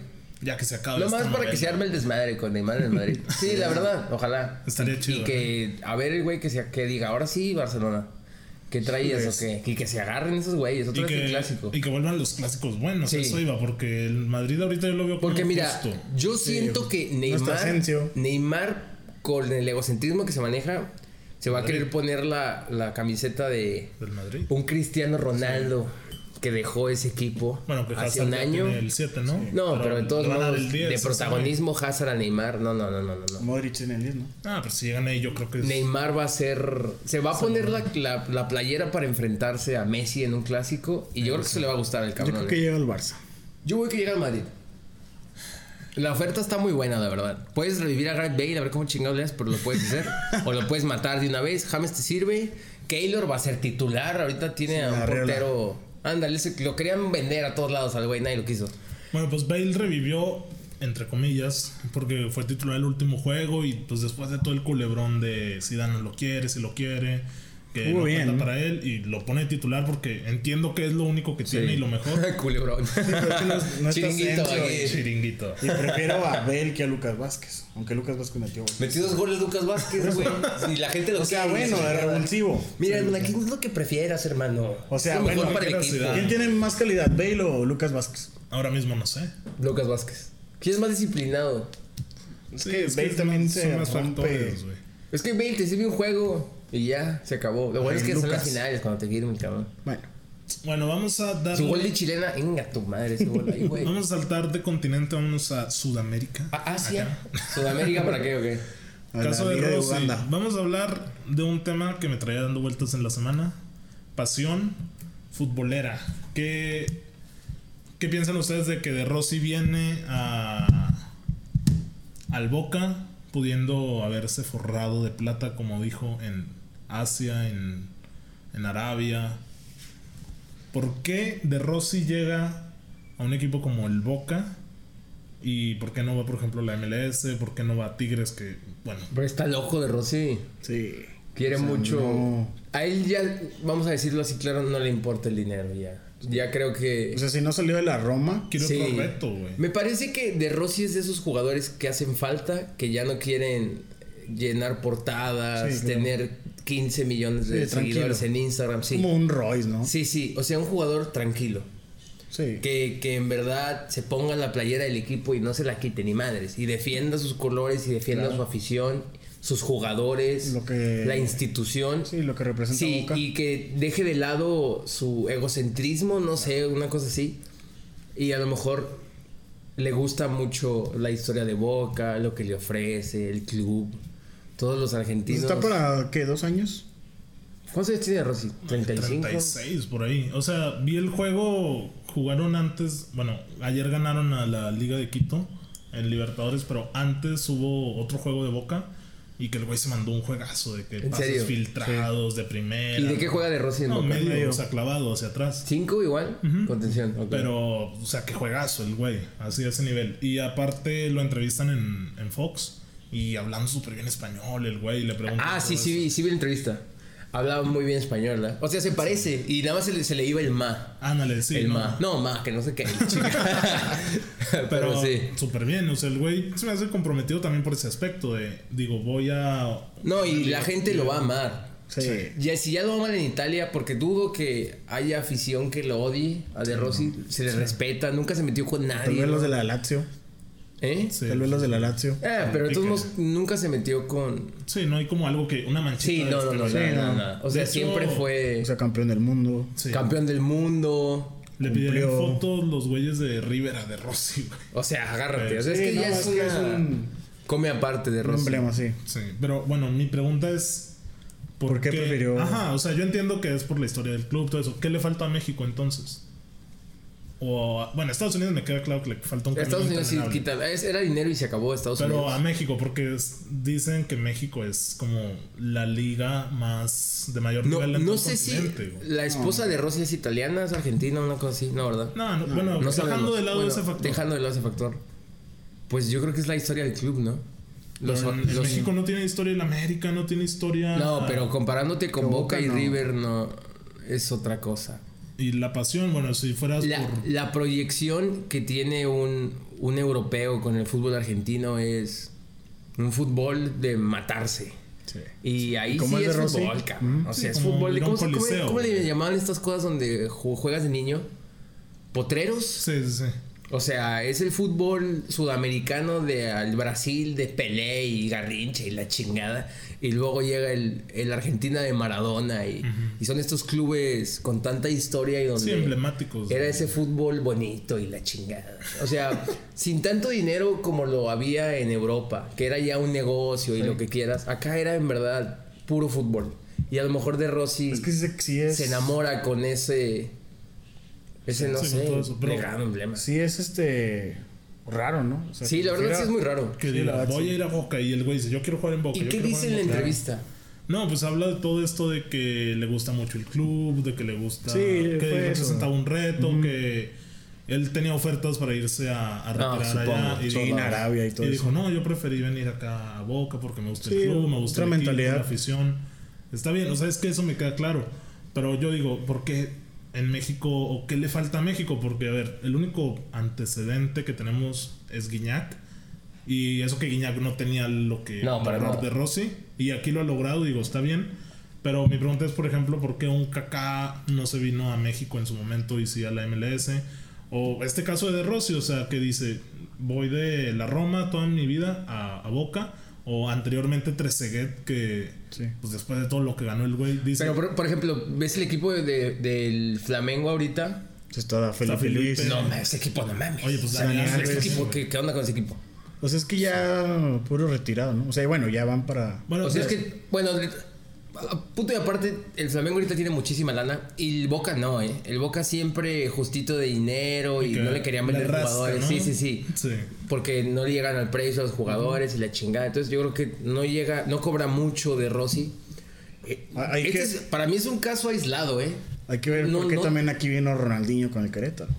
ya que se acabe
Nomás
esta
para que
novela.
se arme el desmadre con Neymar en
*laughs*
el Madrid. Sí, la verdad, ojalá.
Estaría
Y-
chido,
Y que, a ver, el güey que, se- que diga, ahora sí, Barcelona. ¿Qué traías o qué? Y que se agarren esos güeyes,
y
otra vez el clásico.
que, y que vuelvan los clásicos buenos,
Sí.
eso iba, porque el Madrid ahorita yo lo veo como
Porque mira,
justo.
yo siento que
está
Neymar,
Asensio.
Neymar, con el egocentrismo que se maneja, se va a querer poner la, la camiseta de
del Madrid.
un Cristiano Ronaldo que dejó ese equipo
Bueno, que
hace
Hazard
un
ya
año.
tiene el 7, ¿no?
No, pero, de todos
le van a dar
modos,
el 10,
de
ese
protagonismo Hazard a Neymar, no, no, no, no, no. no.
Modric en el 10, ¿no?
güey. Ah, pero si llegan ahí, yo creo que es.
Neymar va a ser. Se va a poner la, la- la playera para enfrentarse a Messi en un clásico. Y yo creo que se le va a gustar al
Yo
cabrón.
creo
¿eh?
que llega al
*laughs*
Barça.
Yo voy que llega al Madrid. La oferta está muy buena, la verdad. Puedes revivir a Gareth Bale, a ver cómo chingados le das, pero lo puedes
*laughs*
hacer. o lo puedes matar de una vez. James te sirve. Keylor va a ser titular. Ahorita tiene a un
Arriola.
portero. Ándale, ese- lo querían vender a todos lados al güey, nadie lo quiso.
Bueno, pues Bale revivió, entre comillas, porque fue titular el último juego y pues después de todo el culebrón de Zidane no lo quiere, si lo quiere, que
Estuvo
no
bien,
cuenta
¿no?
para él y lo pone titular porque entiendo que es lo único que tiene y lo
*laughs*
mejor.
Culebrón.
Creo que no, es- no está
Chiringuito,
Asensio
aquí.
y-
Chiringuito.
Y prefiero a Bel que a Lucas Vázquez. Aunque Lucas Vázquez metió. gol.
Metió dos goles Lucas Vázquez,
*laughs*
güey. Y la gente lo
O sea,
quiere,
bueno,
la
de
chingada.
revulsivo.
Mira, aquí es lo que prefieras, hermano.
O sea,
Es lo
bueno,
mejor para el
cualquiera
equipo.
ciudad.
¿Quién tiene más calidad, Bale o Lucas Vázquez?
Ahora mismo no sé.
Lucas Vázquez. ¿Quién es más disciplinado?
Es
que Bale también se rompe.
güey.
Es que Bale te sirve un juego y ya, se acabó. Lo bueno es que son las finales cuando te firmen, cabrón.
Bueno,
Bueno, vamos a dar.
Su gol de chilena, inga tu madre, ese gol ahí,
*laughs*
güey.
Vamos a saltar de continente, vámonos a Sudamérica.
A Asia,
Acá.
Sudamérica, ¿para qué o qué?
a
Caso
la
de
Liga de
Rossi.
Uganda.
Vamos a hablar de un tema que me traía dando vueltas en la semana. Pasión futbolera. ¿Qué, qué piensan ustedes de que de Rossi viene a, al Boca pudiendo haberse forrado de plata, como dijo, en Asia, en, en Arabia? ¿Por qué de Rossi llega a un equipo como el Boca ¿Y por qué no va, por ejemplo, la MLS? ¿Por qué no va a Tigres? Que, bueno,
Pero está loco de Rossi.
Sí.
Quiere
O sea,
mucho.
no.
A él ya, vamos a decirlo así claro, no le importa el dinero ya. Ya creo que.
O sea, si no salió de la Roma,
quiere
sí.
otro reto, güey.
Me parece que De Rossi es de esos jugadores que hacen falta, que ya no quieren llenar portadas,
Sí, claro.
tener 15 millones de
Sí, tranquilo.
seguidores en Instagram. Sí.
como un Royce, ¿no?
sí, sí. O sea, un jugador tranquilo.
Sí.
Que, que en verdad se ponga la playera del equipo y no se la quite ni madres. Y defienda sus colores y defienda su afición, sus jugadores,
Lo que-
la institución.
Sí, lo que representa
Sí,
Boca.
y que deje de lado su egocentrismo, no sé, una cosa así. Y a lo mejor le gusta mucho la historia de Boca, lo que le ofrece, el club, todos los argentinos.
¿Está para qué? ¿Dos años?
¿Cuántos años tiene Rossi? ¿35?
36 por ahí. O sea, vi el juego, jugaron antes, bueno, ayer ganaron a la Liga de Quito en Libertadores, pero antes hubo otro juego de Boca y que el güey se mandó un juegazo de que
¿En
pases
serio?
filtrados de primera.
¿Y de qué juega de Rossi en
No,
Boca?
medio,
Medio.
o sea, clavado hacia atrás.
¿Cinco igual? Contención. ok.
Pero, o sea, qué juegazo el güey, así a ese nivel. Y aparte lo entrevistan en, en Fox y hablando súper bien español el güey, y le preguntan...
Ah,
todo
sí, sí,
eso.
vi, sí vi la entrevista. Hablaba muy bien español, ¿verdad? O sea, se parece. Y nada más se le, se le iba el ma.
Ándale, sí.
el
no.
ma. No, ma, que no sé qué.
*laughs*
*laughs* chica. Pero,
Pero
sí.
súper bien, o sea, el güey se me hace comprometido también por ese aspecto de, digo, voy a...
No, y la gente lo va a amar.
Sí.
Ya, si ya lo aman en Italia, porque dudo que haya afición que lo odie a De Rossi, se le respeta, nunca se metió con
Tal
nadie.
vez los
¿no?
de la Lazio.
¿Eh?
Sí,
Tal vez los de la Lazio.
Ah, pero de todos modos, nunca se metió con.
sí, no hay como algo que... Una manchita.
Sí,
de
no,
este
no, no,
güey.
nada,
no.
nada. O sea,
De hecho,
siempre fue
O sea, campeón del mundo.
Sí.
campeón del mundo.
Le pidieron
cumplió.
fotos los güeyes de Rivera, de Rossi, güey.
O sea, agárrate. O sea,
Sí,
es que
no,
ya es,
es que
una-
es un-
Come aparte de
Un
Rossi.
emblema, sí.
Sí, pero bueno, mi pregunta es...
¿Por qué prefirió-
Ajá, o sea, yo entiendo que es por la historia del club, todo eso. ¿Qué le falta a México entonces? O, bueno, a Estados Unidos me queda claro que le falta un camino
Estados Unidos sí
interminable.
quita. es- Era dinero y se acabó Estados
Pero
Unidos.
a México, porque es- dicen que México es como la liga más de mayor
No,
nivel en todo
no
el
sé si
continente, güey.
la esposa de Rossi es italiana, es argentina, una cosa así, no, ¿verdad?
No, no, bueno, dejando
No sabemos.
de lado
Bueno,
ese factor.
Dejando de lado ese factor. Pues yo creo que es la historia del club, ¿no? Los,
Pero en, en
los-
México no tiene historia, en América no tiene historia. ah,
No, pero comparándote con
Con
Boca
Boca,
y
no.
River no es otra cosa.
Y la pasión, bueno, si fueras
La,
por.
la proyección que tiene un, un europeo con el fútbol argentino es un fútbol de matarse.
Sí.
Y ahí
¿Cómo
sí
es
es,
de Rossi?
fútbol, cabrón. O
Sí,
sea, es
como
fútbol.
ir a un
¿Cómo, se- cómo-
coliseo,
cómo le
güey.
llamaban estas cosas donde ju- juegas de niño? ¿Potreros?
Sí, sí, sí.
O sea, es el fútbol sudamericano de al Brasil de Pelé y Garrincha y la chingada. Y luego llega el, el Argentina de Maradona y, y son estos clubes con tanta historia y donde
Sí, emblemáticos.
era ese fútbol bonito y la chingada. O sea,
*laughs*
sin tanto dinero como lo había en Europa, que era ya un negocio y lo que quieras. Acá era en verdad puro fútbol. Y a lo mejor de Rossi
Es que sí, sí es.
se enamora con ese ese
Sí,
no
sí, con
sé,
todo eso, pero-
legado, emblema.
Sí es este. Raro, ¿no? O sea,
Sí, la
como
verdad
quiera-
sí es muy raro.
Que
Sí,
diga,
la verdad,
voy
sí.
a ir a Boca y el güey dice, yo quiero jugar en Boca.
¿Y
yo
qué
quiero jugar
dice en la
Boca".
entrevista?
No, pues habla de todo esto de que le gusta mucho el club, de que le gusta.
Sí,
que
fue eso.
representaba un reto, que él tenía ofertas para irse a, a
No,
retirar
supongo,
allá. Y,
sí,
dijo,
en Arabia y todo
y
eso.
dijo, no, yo preferí venir acá a Boca porque me gusta
Sí,
el club, me gusta
otra
el equipo,
mentalidad.
la afición. Está bien, o sea, es que eso me queda claro. Pero yo digo, ¿por qué en México o qué le falta a México? Porque, a ver, el único antecedente que tenemos es Guiñac. Y eso que Guiñac no tenía lo que
No, para
lograr
nada.
de Rossi. Y aquí lo ha logrado, digo, está bien. Pero mi pregunta es, por ejemplo, ¿por qué un Kaká no se vino a México en su momento y sí a la MLS? O este caso de De Rossi, o sea, que dice, voy de la Roma toda mi vida a, a Boca. O anteriormente Trezeguet, que
Sí.
pues después de todo lo que ganó el güey, dice...
Pero, por, por ejemplo, ¿ves el equipo de- de- del Flamengo ahorita?
Se está Felipe
Felipe.
Luis.
No,
mames, ese equipo no mames.
Oye, pues
O sea,
Dani
ese
Alves,
equipo,
güey.
¿qué, qué onda con ese equipo?
O sea, es que ya puro retirado, ¿no? O sea, bueno, ya van para.
bueno, pues,
O sea, es
pero-
que, bueno, le- a- punto y aparte, el Flamengo ahorita tiene muchísima lana y el Boca no, ¿eh? El Boca siempre justito de dinero y
que
no le querían vender
rastra,
jugadores.
¿no?
Sí, sí, sí.
Sí.
Porque no le llegan al precio a los jugadores y la chingada. Entonces yo creo que no llega, no cobra mucho de Rossi. Eh,
Ah, hay
este
que-
es- para mí es un caso aislado, ¿eh?
Hay que ver
No,
por qué
no.
también aquí vino Ronaldinho con el Querétaro.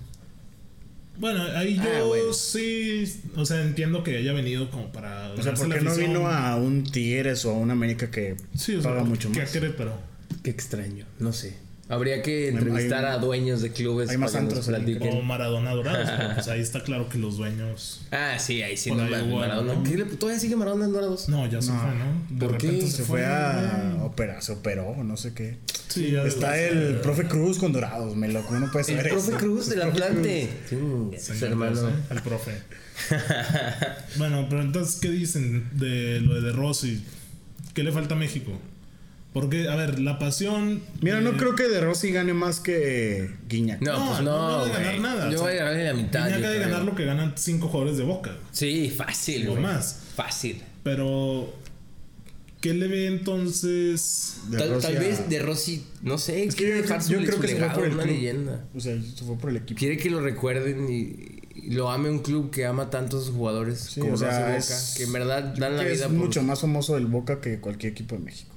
Bueno, ahí yo
Ah, bueno.
sí, o sea, entiendo que haya venido como para...
O sea,
ganarse
¿por
la
qué no
afición.
vino a un Tigres o a un América que
Sí, o sea,
paga
¿por
mucho
qué
más?
a Querétaro?
Qué extraño, no sé. Habría que
Hay-
entrevistar
hay-
a dueños de clubes
hay más
para que nos
antros ahí.
platiquen.
O Maradona
*laughs*
Dorados, pero, pues ahí está claro que los dueños...
Ah, sí, ahí sí,
Por
no
ahí
mames,
hubo algo,
Maradona.
¿no?
¿Qué le- ¿Todavía sigue Maradona en Dorados?
No, ya se
No.
fue, ¿no? De
¿Por qué?
repente
Se fue a operar, se operó, no sé qué.
Sí, ya
Está
después-
el profe Cruz con Dorados, me loco, no puede
El
saber
profe
eso.
Cruz del Atlante. Chinga,
Señor
su hermano.
Dios, ¿eh? El profe. bueno, pero entonces, ¿qué dicen de lo de Rossi? ¿Qué le falta a México? Porque, a ver, la pasión.
Mira, no
eh,
creo que De Rossi gane más que Guiñac.
No,
No,
pues
no
no,
va a ganar
güey.
nada,
Yo
o sea,
voy a ganar en la mitad.
Guiñac
yo
ha de
creo.
ganar lo que ganan cinco jugadores de Boca.
Sí, fácil,
O
güey.
más.
Fácil.
Pero, ¿qué le ve entonces?
De
Tal,
Rossi
tal
a-
vez de Rossi, no sé,
Es que
quiere
yo-
dejar su,
yo creo
su
que se fue
legado,
por el
una
club.
leyenda.
O sea, se fue por el equipo.
Quiere que lo recuerden y, y lo ame un club que ama tanto a sus jugadores
Sí,
como
o
lo hace
sea,
Boca,
es-
que en verdad dan la
Que
vida
es
por
mucho más famoso del Boca que cualquier equipo de México.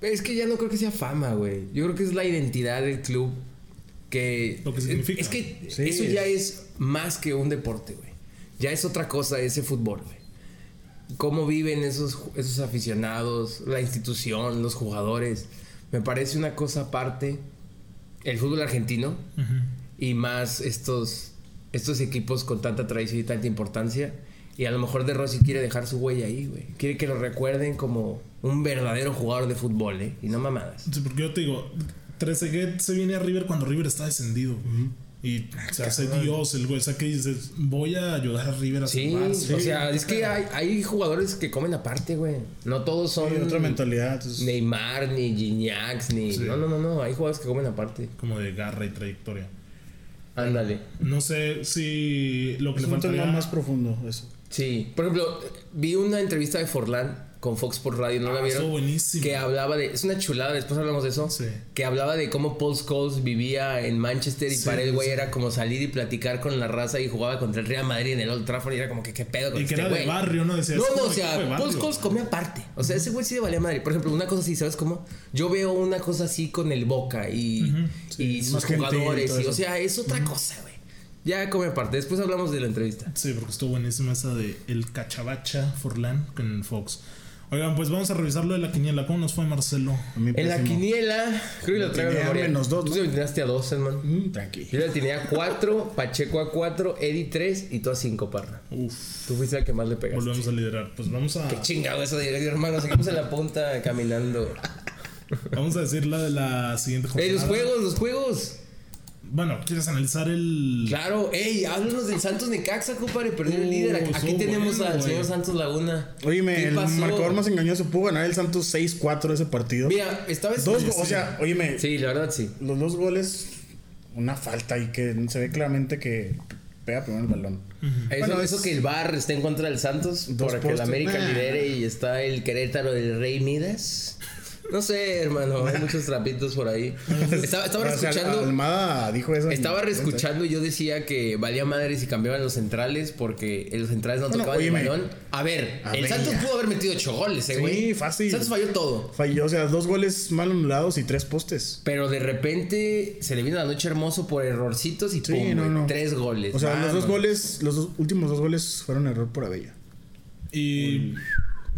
Es que ya no creo que sea fama, güey. Yo creo que es la identidad del club que...
Lo que significa.
Es que
Sí,
eso
es-
ya es más que un deporte, güey. Ya es otra cosa ese fútbol, güey. Cómo viven esos, ju- esos aficionados, la institución, los jugadores. Me parece una cosa aparte el fútbol argentino y más estos, estos equipos con tanta tradición y tanta importancia. Y a lo mejor De Rossi quiere dejar su huella ahí, güey. Quiere que lo recuerden como un verdadero jugador de fútbol, ¿eh? Y no mamadas.
Sí, Porque yo te digo, Trezeguet se viene a River cuando River está descendido. güey. Y
Ah,
se hace Dios el güey. O sea, que dices, voy a ayudar a River a
Sí,
salvarse.
o sea, es que hay, hay jugadores que comen aparte, güey. No todos son
Hay otra mentalidad. entonces-
Neymar, ni Gignac, ni...
Sí.
No, no, no, no. Hay jugadores que comen aparte.
Como de garra y trayectoria.
Ándale.
No sé si lo que
Es
le
un
faltaría
tema más profundo, eso.
Sí. Por ejemplo, vi una entrevista de Forlán con Fox por Radio. ¿No la
Ah, estuvo
vieron?
buenísimo.
que hablaba de. Es una chulada, después hablamos de eso.
Sí.
Que hablaba de cómo Paul Scholes vivía en Manchester y
Sí,
para el güey
sí.
era como salir y platicar con la raza y jugaba contra el Real Madrid en el Old Trafford y era como que qué pedo con
Y que
este
era de
güey?
barrio, ¿no? Decía,
No,
es
no,
como
o sea,
equipo de
Paul
barrio.
Scholes come aparte. O sea, ese güey sí le valía madre. Por ejemplo, una cosa así, ¿sabes cómo? Yo veo una cosa así con el Boca y, y sus
más gentil y
jugadores.
todo
y, o
eso.
sea, es otra cosa, güey. Ya come aparte. Después hablamos de la entrevista.
Sí, porque estuvo buenísima esa de El Cachabacha Forlán con Fox. Oigan, pues vamos a revisar lo de la quiniela. ¿Cómo nos fue Marcelo?
A mí
En la
pésimo.
quiniela, creo que lo traigo de
quiniela
memoria.
menos dos,
Tú
¿no?
te metiste a dos, hermano.
Mm, Tranqui.
Yo le tenía 4, Pacheco a 4, Eddie 3 y tú a 5, Parra.
Uf,
Tú fuiste el que más le pegaste.
volvemos a liderar. Pues vamos a,
Qué chingado eso de hermano, seguimos en la punta caminando.
vamos a decir la de la siguiente
¡Ey, los
jornada.
juegos, los juegos!
Bueno, ¿quieres analizar el...?
Claro, ey, háblanos del Santos Necaxa, compadre, perdió el
Uh,
líder. Aquí
estuvo
tenemos
bueno,
al
güey.
señor Santos Laguna. ¿Qué
Oye, el
pasó?
marcador más engañoso pudo ganar el Santos 6-4 ese partido.
Mira, esta vez.
Dos, go- o sea, óyeme,
Pues, Sí, la verdad sí.
los dos goles, una falta y que se ve claramente que pega primero el balón.
Eso,
Bueno,
eso
es-
que el Bar está en contra del Santos
Dos
para que el
postes.
América
Nah.
lidere y está el Querétaro del Rey Midas. No sé, hermano, hay muchos trapitos por ahí. Estaba, estaba
O sea,
escuchando.
Almada dijo eso. en-
Estaba reescuchando y yo decía que valía madre si cambiaban los centrales porque los centrales no
Bueno,
tocaban el
óyeme.
balón. A ver,
A
el
ver,
Santos
ya.
pudo haber metido ocho goles, eh,
Sí,
güey.
fácil.
Santos falló todo.
Falló, o sea, dos goles mal anulados y tres postes.
Pero de repente se le vino la noche hermoso por errorcitos y
Sí,
pum,
no,
güey,
no.
tres goles.
O sea, los dos
Vámonos.
goles, los dos- últimos dos goles fueron error por Abella.
¿Y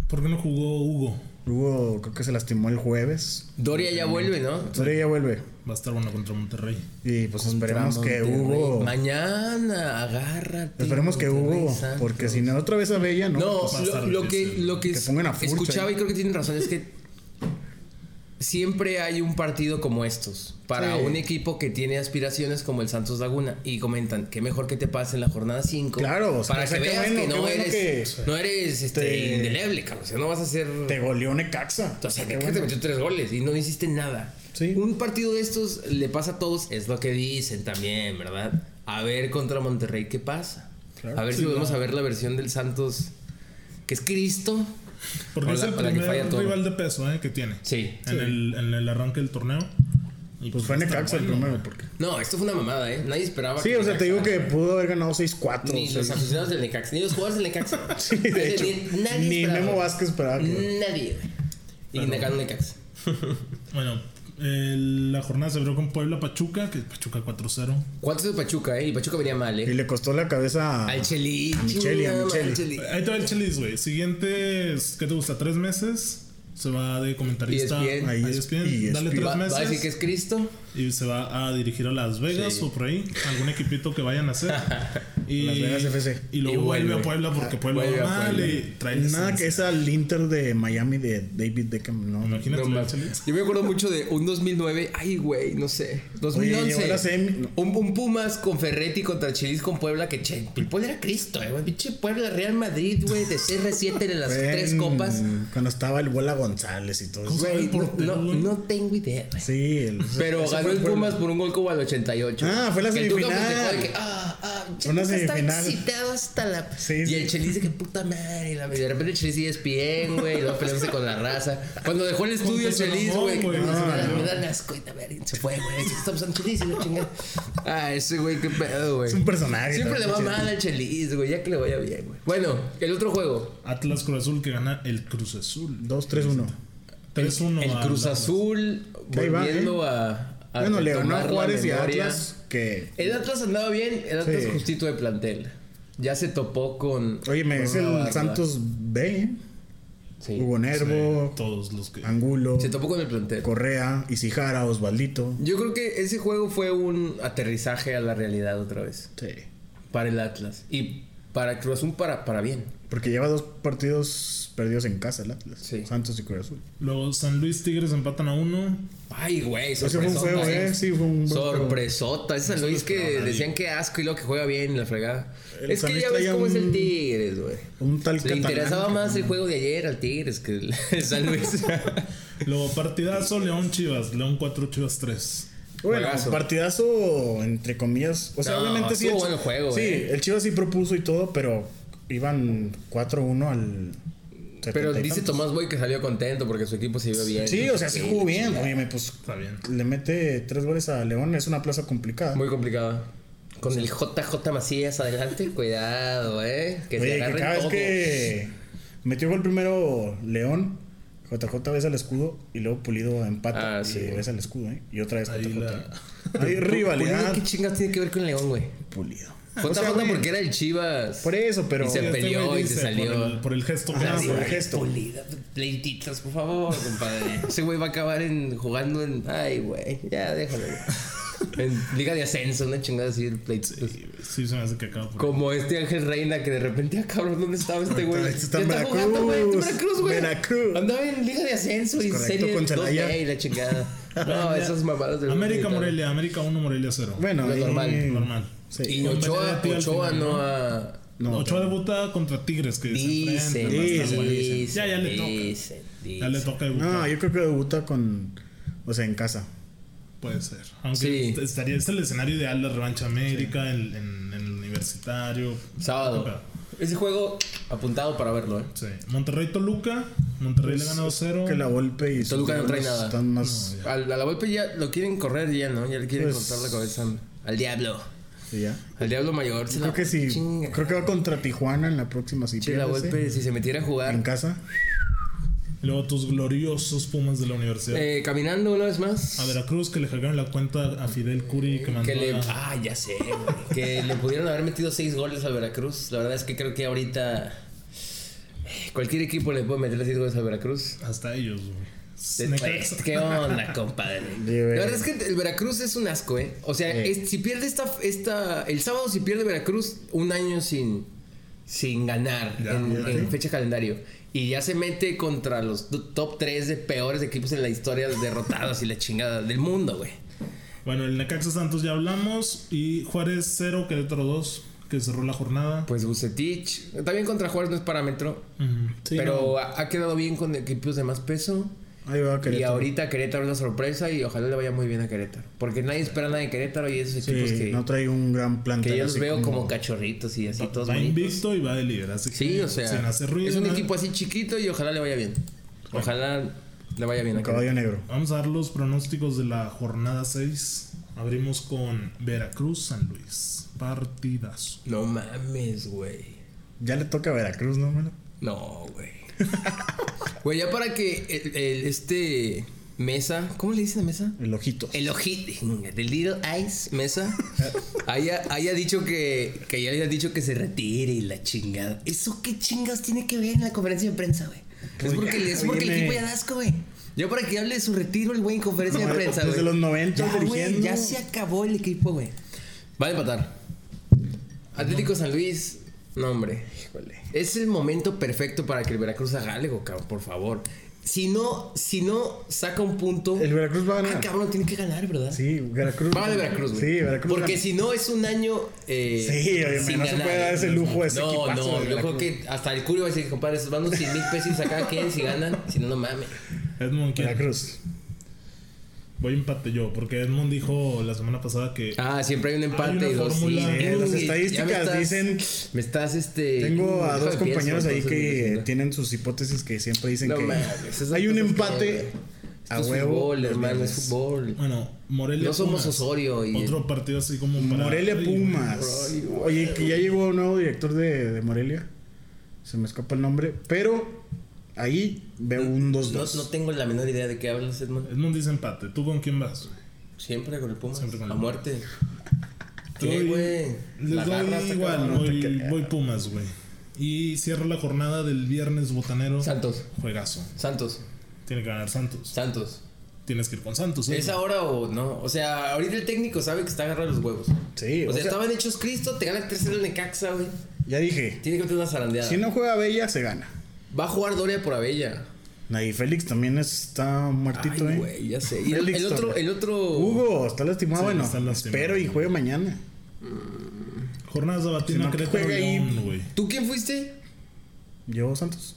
por qué no jugó Hugo?
Hugo, creo que se lastimó el jueves.
Doria ya vuelve, ¿no?
Entonces ya vuelve.
Va a estar bueno contra Monterrey.
Y pues esperemos
Contra
que
Monterrey.
Hugo.
Mañana, agárrate.
Esperemos que
Monterrey
Hugo.
Santos.
Porque si no, otra vez Abella, ¿no? Pues,
No,
va a
lo,
estar
lo que,
difícil.
lo que,
Que pongan a Furch
escuchaba
ahí.
y creo que tienen razón es que siempre hay un partido como estos para
Sí.
un equipo que tiene aspiraciones como el Santos Laguna y comentan que mejor que te pase en la jornada 5
Claro, o sea,
para
o sea,
que
qué
veas
bueno,
que
qué
no
bueno
eres
que-
no eres este,
Te-
indeleble, cabrón, o sea, no vas a ser
Te goleó Necaxa.
o sea,
Qué
que te
bueno.
metió tres goles y no hiciste nada.
Sí.
Un partido de estos le pasa a todos, es lo que dicen también, ¿verdad? A ver contra Monterrey qué pasa.
Claro.
a ver si podemos a ver la versión del Santos, que es Cristo.
Porque
O
es
la-
el
o la que falla
primer
todo.
rival de peso eh, que tiene.
Sí.
En, El, en el arranque del torneo. Y
Pues fue
va a estar
Necaxa el
bueno.
primero. Porque...
No, esto fue una mamada, ¿eh? Nadie esperaba.
Sí,
que
o sea, te digo que
Necaxa-
pudo haber ganado
Ni
6-4. o
los
sea,
aficionados del Necaxa, ni los jugadores del Necaxa.
*laughs* Sí, de
O sea,
hecho.
ni- nadie
Ni
esperaba.
Memo Vázquez esperaba que-
Nadie. güey. Y
Pero-
Necaxa Necaxa.
*laughs* Bueno, El- la jornada se abrió con Puebla Pachuca, que Pachuca 4-0.
¿Cuánto es de Pachuca, eh? Y Pachuca venía mal,
Y
eh.
le costó la cabeza a,
Al Cheli.
a Micheli, a
chingada,
Micheli.
al Cheli.
Ahí te va el chelis, güey. Siguientes, ¿qué te gusta? ¿Tres meses? Se va de comentarista
ESPN.
a E ESPN.
ESPN.
Dale
Va-
tres
Va, va a decir
meses
que es Cristo.
y se va a dirigir a Las Vegas
Sí.
o por ahí. Algún equipito que vayan a
*laughs*
hacer. Y,
Las Vegas FC.
Y luego
Y
vuelve,
vuelve.
a Puebla porque Puebla
Vuelve
va
a
mal
Puebla.
y trae
Nada
licencia.
que es al Inter de Miami de David Beckham, ¿no?
Imagínate
No
el
mames.
Chelis.
Yo me acuerdo mucho de un 2009, ay güey, no sé,
llegó
2011.
la semi- no.
un, un Pumas con Ferretti contra Chelis con Puebla que che, el Puebla era Cristo, eh, güey, pinche Puebla Real Madrid, güey, de CR7 en las
Fue
tres
en-
copas.
Cuando estaba el Bola González y todo eso.
Güey.
Güey,
el
no,
portero,
no-
güey.
no tengo idea. güey.
Sí, el-
Pero
ese
ganó
fue
Pues, el
Puebla.
Pumas por un gol como al 88.
Ah, fue la
Que el Tuca
semifinal.
festejó de que, ah, ah, che,
Una
Tuca estaba
semifinal.
excitado hasta la.
Sí,
y
sí.
el Chelis de que puta madre. y la- y de repente el Chelis y es bien, güey. Y luego peleándose con la raza. Cuando dejó el estudio el
Juntos se
Chelis,
enojó,
güey. que
güey.
no,
No,
la
no.
verdad, asco. Y a ver, se fue, güey. que Estamos en Chelis y la chingada. Ah, ese güey, qué pedo, güey.
Es un personaje.
Siempre le
también,
va
sí.
mal al Chelis, güey. Ya que le vaya bien, güey. Bueno, el otro juego.
Atlas Cruz Azul que gana el Cruz
eh.
Azul.
2-3-1.
3-1.
El
al
Cruz
Atlas.
Azul
Ahí va, ¿eh?
volviendo a. a
Bueno, le ganó a
retomar la
Juárez y a
memoria.
Atlas que...
El Atlas andaba bien, el Atlas
Sí.
justito de plantel. Ya se topó con.
Oye, me
con
es
una
el
barra.
Santos B, ¿eh?
Sí.
Hugo Nervo,
Sí, todos los que.
Angulo,
Se topó con el plantel.
Correa, Isijara, Osvaldito.
Yo creo que ese juego fue un aterrizaje a la realidad otra vez.
Sí.
Para el Atlas. Y para Cruz Azul, para, para bien.
Porque lleva dos partidos perdidos en casa el Atlas.
Sí.
Santos y Cruz Azul.
Luego San Luis Tigres empatan a uno.
Ay, güey,
Ese fue un
sorpresota.
juego,
¿eh?
¿eh? Sí, fue un buen
Sorpresota. Ese San Luis que
esperaba nadie.
decían que asco y lo que juega bien, la fregada.
El
es
San
que
Luis
ya ves
traía
cómo es el
un-
Tigres, güey.
juego. Un tal
Le
catalán
interesaba
que-
más el juego de ayer al Tigres que el el *laughs* San
*laughs*
Luis.
Luego partidazo León Chivas. León 4, Chivas 3.
Bueno,
Juegazo.
partidazo entre comillas. O sea,
No,
obviamente sí.
estuvo
el
bueno el juego,
sí,
eh.
el Chivas sí propuso y todo, pero iban 4-1 al.
Pero
70 y
dice
tantos.
Tomás Boy que salió contento porque su equipo se vio bien.
Sí, o sea, sí jugó bien. Oye, pues
Está bien.
le mete tres goles a León. Es una plaza complicada.
Muy complicado. Con el JJ Macías adelante, cuidado, eh. Que te
Oye, que
agarren
cada vez
todo.
que metió gol primero León, JJ ves al escudo y luego Pulido empata
Ah,
y
sí.
ves al escudo, ¿eh? Y otra vez
Ahí
JJ.
la- *laughs*
Hay
Pulido,
rivalidad.
¿Qué chingas tiene que ver con León, güey?
Pulido.
JJ
O sea, güey,
porque era el Chivas.
Por eso, pero.
Y se pe- peleó
Este güey
y se
dice
salió. Ah,
Por el, por el gesto que
Ajá,
hace.
por el gesto.
Pulido, pleititos, por favor, compadre. Ese güey va a acabar en jugando en. Ay, güey. Ya, déjalo. güey. En Liga de Ascenso, una chingada así, el pleititos.
Sí, se me hace que acaba por
Como este Ángel Reina que de repente, ah, cabrón, ¿dónde estaba este güey?
Ahorita está en
Ya
Veracruz,
jugando, güey. Está en Veracruz, güey.
Veracruz.
Andaba en Liga de Ascenso y
correcto,
serie
con
2B
Celaya.
y la chingada. No, esas mamadas del
América
fútbol.
Morelia, América 1, Morelia 0.
Bueno,
Lo
y-
normal,
normal.
Sí.
Y
Con
Ochoa,
Benedetti al
Ochoa
final,
no ha...
no,
Ochoa debuta contra Tigres que se
Dicen,
enfrentan, va a estar
dicen,
buenísimo.
dicen,
Ya, ya le toca.
dicen,
Ya le
dicen.
toca debutar.
No, yo creo que debuta con. O sea, en casa.
Puede ser. Aunque
Sí.
estaría este el escenario ideal la revancha América en, en- en el universitario.
Sábado. Ese juego apuntado para verlo, ¿eh?
Sí. Monterrey Toluca. Monterrey le gana 2-0.
Pues, Que la golpe y. sus
Toluca no trae
goles
nada.
Están más.
Al- a la golpe ya lo quieren correr ya, ¿no? Ya le quieren
Pues-
cortar la cabeza al diablo.
y ya.
Al diablo mayor.
Creo que sí. Creo que va contra Tijuana en la próxima. Si
Che, la
pierde,
golpe, si se metiera a jugar...
En casa.
Y luego tus gloriosos Pumas de la universidad.
Eh, caminando una vez más.
A Veracruz que le hackearon la cuenta a Fidel Curi que mandó
Que le,
a-
ah, ya sé, güey. Que le pudieron haber metido seis goles al Veracruz. La verdad es que creo que ahorita eh, cualquier equipo le puede meter seis goles al Veracruz.
hasta ellos,
De-
güey.
pues, ¿Qué onda, compadre?
güey.
La verdad es que el Veracruz es un asco, ¿eh? O sea,
Sí.
es- si pierde esta, esta. El sábado, si pierde Veracruz, un año sin, sin ganar
Ya,
en,
ya,
en
sí.
fecha calendario. Y ya se mete contra los t- top 3 de peores equipos en la historia, los derrotados y la chingada del mundo, güey.
Bueno, el Necaxa Santos ya hablamos. Y Juárez 0, Querétaro 2, que cerró la jornada.
Pues Bucetich. También contra Juárez no es parámetro.
Ujú. Sí,
pero ha, ha quedado bien con equipos de más peso.
Ahí va
Y
Querétaro.
ahorita Querétaro es la sorpresa y ojalá le vaya muy bien a Querétaro. Porque nadie espera nada de Querétaro y esos equipos
Sí,
pues que,
no trae un gran plantel.
que yo los
así
veo como cachorritos y así todos
va
bonitos.
invicto y va de líder. Así que
Sí, o sea,
sin hacer ruido,
es un
¿no?
equipo así chiquito y ojalá le vaya bien. Ojalá le vaya bien a Querétaro.
un caballo negro.
Vamos a dar los pronósticos de la jornada 6. Abrimos con Veracruz San Luis. Partidazo.
No mames, güey.
Ya le toca a Veracruz, ¿no, mano?
No, güey. Güey, ya para que el- el- este Mesa, ¿cómo le dicen a Mesa?
El ojito.
El ojito del Little Eyes Mesa haya, haya dicho que, que ya haya dicho que se retire y la chingada. ¿Eso qué chingados tiene que ver en la conferencia de prensa, güey? Es
Pues
porque,
ya,
es porque el
viene-
equipo ya da asco, güey. Ya para que hable de su retiro el güey en conferencia de
Desde-
prensa, güey.
desde los 90
ya, güey,
dirigiendo.
ya se acabó el equipo, güey. Va a empatar. Atlético San Luis, no hombre.
Híjole.
Es el momento perfecto para que el Veracruz haga algo, cabrón, por favor. Si no, si no saca un punto.
El Veracruz va a ganar.
Ah, cabrón, tiene que ganar, ¿verdad?
Sí, Veracruz.
Va a Veracruz, güey.
Sí, Veracruz.
Porque
gana.
si no, es un año. eh,
Sí, obviamente,
sin
no se
ganar,
puede dar ese lujo a ese
No,
equipazo
no,
de
yo creo
Veracruz.
que hasta el Curio va a decir, compadre, se van unos 100 mil pesos a cada quien si ganan. Si no, no mames.
Edmond, ¿quién?
Veracruz.
Voy a empate yo, porque Edmond dijo la semana pasada que.
Ah, siempre hay un
Hay
empate
una
y dos.
fórmula.
sí.
Eh,
Uy,
las
ya me
estadísticas dicen-
Me estás, este.
Tengo
uh,
a
deja
dos
de pienso,
compañeros ahí
entonces,
que
no.
tienen sus hipótesis que siempre dicen
No
que
mames, esas
hay un
cosas que-
empate
Esto
a
es
huevo.
fútbol,
los
hermano, es
viernes.
fútbol.
Bueno, Morelia.
No somos
Pumas.
Osorio y-
Otro partido así como. para-
Morelia
Ay,
Pumas. Oye, que ya llegó un nuevo director de, de Morelia. Se me escapa el nombre, pero ahí veo un 2-2.
No, no tengo la menor idea de qué hablas, Edmond.
Edmond dice empate. ¿Tú con quién vas?
Siempre con el Pumas.
Siempre con el
a
Pumas.
muerte.
Doy-
¿Qué, güey?
Les
La
doy
garra está
igual,
cabrón.
no te
voy,
creas.
voy Pumas, güey. Y cierro la jornada del viernes botanero.
Santos.
Juegazo.
Santos.
Tiene que ganar Santos.
Santos.
Tienes que ir con Santos. ¿eh?
¿Es ahora o no? O sea, ahorita el técnico sabe que está agarrando los huevos.
Sí,
o,
o
sea,
sea-
estaban hechos Cristo, te gana el tercero el Necaxa, güey.
Ya dije,
Tiene que meter una zarandeada.
si no juega Bella, se gana.
Va a jugar Doria por Abella.
Ahí Félix también está muertito,
Ay,
¿eh?
güey, ya sé. Y el,
Félix
el otro,
también.
el otro.
Hugo, está lastimado.
Sí,
bueno,
está lastimado.
espero y juegue mañana.
Jornadas de
Si
Batina,
no, que
Querétaro
juegue ahí.
León, güey.
¿Tú quién fuiste?
Yo, Santos.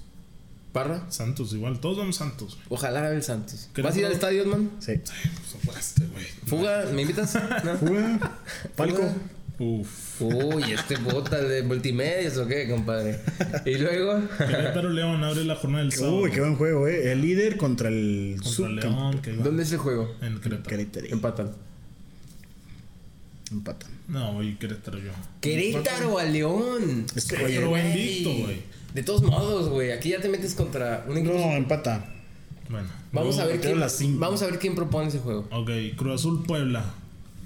Parra.
Santos, igual. Todos vamos Santos, güey. Pues,
Ojalá gane el Santos.
Creo
¿Vas a ir al
que-
estadio, man?
Sí.
Por supuesto, güey.
Fuga,
*laughs*
¿me invitas? No.
Fuga. Palco. *laughs*
Uf.
Uy, este bota de multimedios o qué, compadre. Y luego.
Querétaro León abre la jornada del sábado.
Uy, qué buen juego, ¿eh? El líder contra el
Contra
subcampeón.
León, que va
¿Dónde es el juego?
En Querétaro.
Querétaro.
Empatan.
Empatan.
No, güey, Querétaro yo.
Querétaro a León.
Es que,
Querétaro
oye,
va invicto, güey.
De todos modos, güey. Aquí ya te metes contra un equipo.
No, empata.
Bueno.
Vamos a ver
Querétaro
quién.
las cinco.
Vamos a ver quién propone ese juego.
Ok, Cruz Azul Puebla.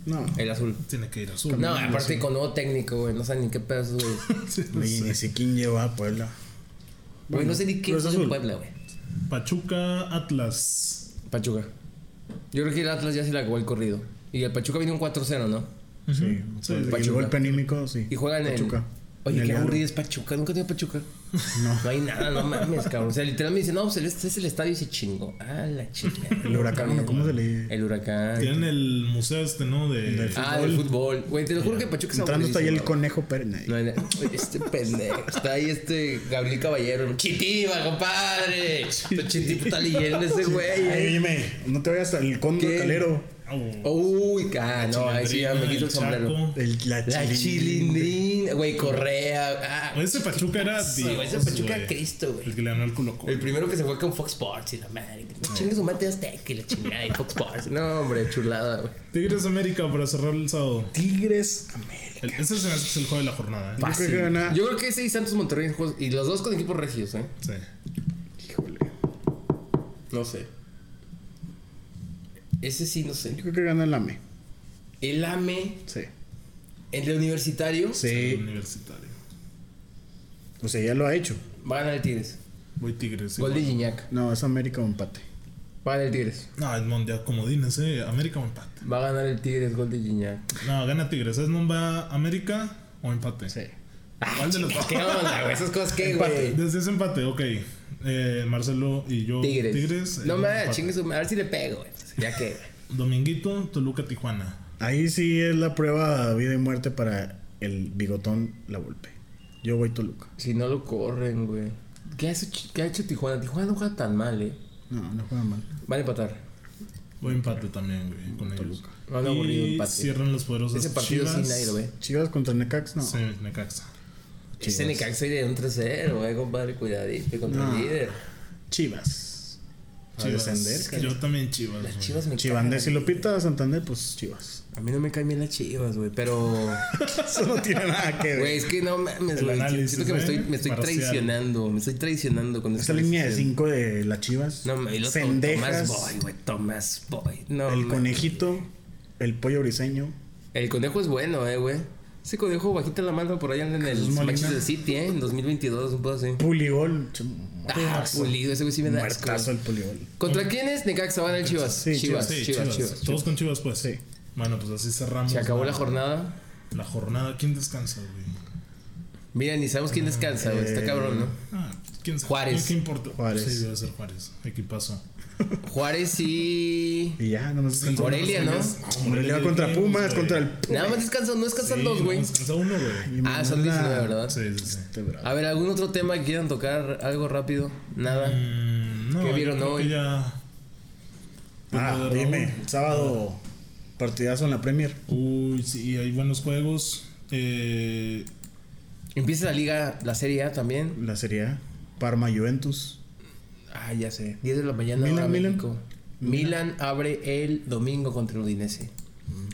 No.
El azul.
Tiene que ir azul.
No, aparte con nuevo técnico, güey. No sé ni qué pedazo,
*laughs*
güey.
Sí, no
Ni, ni
sé.
sé quién lleva a Puebla.
Güey, no sé ni qué
Cruz
es de
Azul.
Puebla, güey.
Pachuca Atlas.
Pachuca. Yo creo que el Atlas ya se le acabó el corrido. Y el Pachuca viene un 4-0, ¿no?
Sí.
Sí,
el
Pachuca.
golpe anímico, sí.
Y juegan en.
Pachuca.
Oye,
En
qué
el
aburrido
Hidalgo.
es Pachuca. Nunca he tenido Pachuca. No. hay nada, no mames, cabrón. O sea, literal me dicen, no, pues el- este es el estadio y se chingo. Ah, la chinga.
*laughs* El huracán, ¿no? ¿cómo se le
El huracán.
Tienen el museo este, ¿no? De.
Del
Ah, el fútbol. Güey, te lo juro que Pachuca está
Entrando está ahí el
aburridísimo,
conejo Pérez.
No, no, este pendejo. Está ahí este Gabriel Caballero. Chitiba, compadre. Chitiba está leyendo ese
Ay,
güey. eh.
Oye, no te vayas al cóndor
¿Qué?
calero.
Au.
Uy, ah, no, ahí sí ya me quito el sombrero.
Chaco.
El, la
La chilindrina, güey, Correa. Ah,
Ese Pachuca era
Sí,
Dios,
ese Pachuca
güey.
Cristo, güey.
El que le ganó el culo.
El primero que se fue con Fox Sports y la madre. Chingue su mate Azteca y la chingada y Fox Sports. No, hombre, chulada, güey.
Tigres América para cerrar el sábado.
Tigres América.
El- ese se me hace que es el juego de la jornada, ¿eh?
creo que gana-
Yo creo que ese y Santos Monterrey en juegos- y los dos con equipos regios, ¿eh?
Sí.
Híjole.
No sé. Ese sí, no
Yo
sé.
creo que gana el AME.
El AME,
Sí.
el universitario,
El
Sí.
Universitario.
O sea, ya lo ha hecho.
va a ganar el Tigres.
Voy Tigres.
Gol de
igual.
Gignac.
No, es América o empate.
Va a ganar el Tigres.
No, Edmond, ya comodines, ¿eh? América o empate.
Va a ganar el Tigres, gol de Gignac.
No, gana Tigres. Edmond va a América o empate. ¿Cuál de los dos?
Ah, ¿Qué onda, güey? Esas cosas que, güey.
Desde ese empate, ok. Eh, Marcelo y yo.
Tigres. no
Edmond,
mames,
eh, empate.
chingue su madre. A ver si le pego, güey. Ya que.
Dominguito, Toluca, Tijuana.
Ahí sí es la prueba de vida y muerte para el bigotón La Volpe. Yo voy Toluca.
Si no lo corren, güey. ¿Qué ha, hecho, ¿Qué ha hecho Tijuana? Tijuana no juega tan mal, eh.
No, no juega mal.
Van a empatar.
Voy empate también, güey, con ellos.
Toluca.
Van a aburrido
y
empate.
cierran los poderosos
Ese partido
Chivas.
sí nadie lo ve.
Chivas contra Necax, no.
Sí, Necaxa.
Ese eh, Necaxa iría de un 3-0, güey, compadre. Cuidadito contra
No.
el líder.
Chivas.
Chivas.
descender, cabrón.
Yo también Chivas.
Las
güey.
chivas me
Chivander,
cagan.
si lo pita Santander, pues chivas. *laughs*
A mí no me caen bien las chivas, güey, pero.
Eso no tiene nada que
Güey,
ver.
es que no mames,
El
güey.
análisis,
Siento que me
¿eh?
estoy, me estoy
Parcial.
traicionando, me estoy traicionando con
Esa
esta
línea de
decisión.
5 de las chivas.
No, mames, y luego Tomás
Cendejas,
Boy, güey, Tomás Boy. No,
el
mames.
conejito, el pollo briseño.
El conejo es bueno, eh, güey. Ese conejo bajita la mano por allá anda en el
Jesús Molina.
Manchester City, eh, en 2022, un poco así.
Puligol. ch-
Ah,
muertazo.
pulido, ese güey sí me da asco.
Muertazo el puligol.
¿Contra quién es Necaxa? Van el Chivas.
Sí,
Chivas,
Sí,
Chivas, Chivas.
Todos con Chivas, pues.
Sí.
Bueno, pues así cerramos.
Se acabó la
¿no?
jornada.
La jornada. ¿Quién descansa, güey?
Mira, ni sabemos quién descansa, güey. Está cabrón, ¿no?
Ah, ¿quién sabe?
Juárez.
¿Qué importa?
Juárez.
Sí, debe ser Juárez. Equipazo.
Juárez y.
Y ya, nomás descansó.
Morelia, ¿no?
Morelia va contra Pumas, contra el.
Nada más descansan, no descansan dos, güey.
Descansa uno, güey.
Y
Ah, son
mandó la-
19, ¿verdad?
Sí, sí, sí.
Este, bro.
A ver, ¿algún otro tema que quieran tocar? ¿Algo rápido? Nada.
Mm, no,
¿Qué
yo
vieron
creo que
hoy?
ya-
Ah,
Raúl.
dime, sábado partidazo en la Premier.
Uy, sí, hay buenos juegos. Eh,
Empieza la liga, la Serie A también.
La Serie A. Parma Juventus.
Ah, ya sé. 10 de la mañana
Milan,
hora
Milan.
México. Milan. abre el domingo contra el Udinese.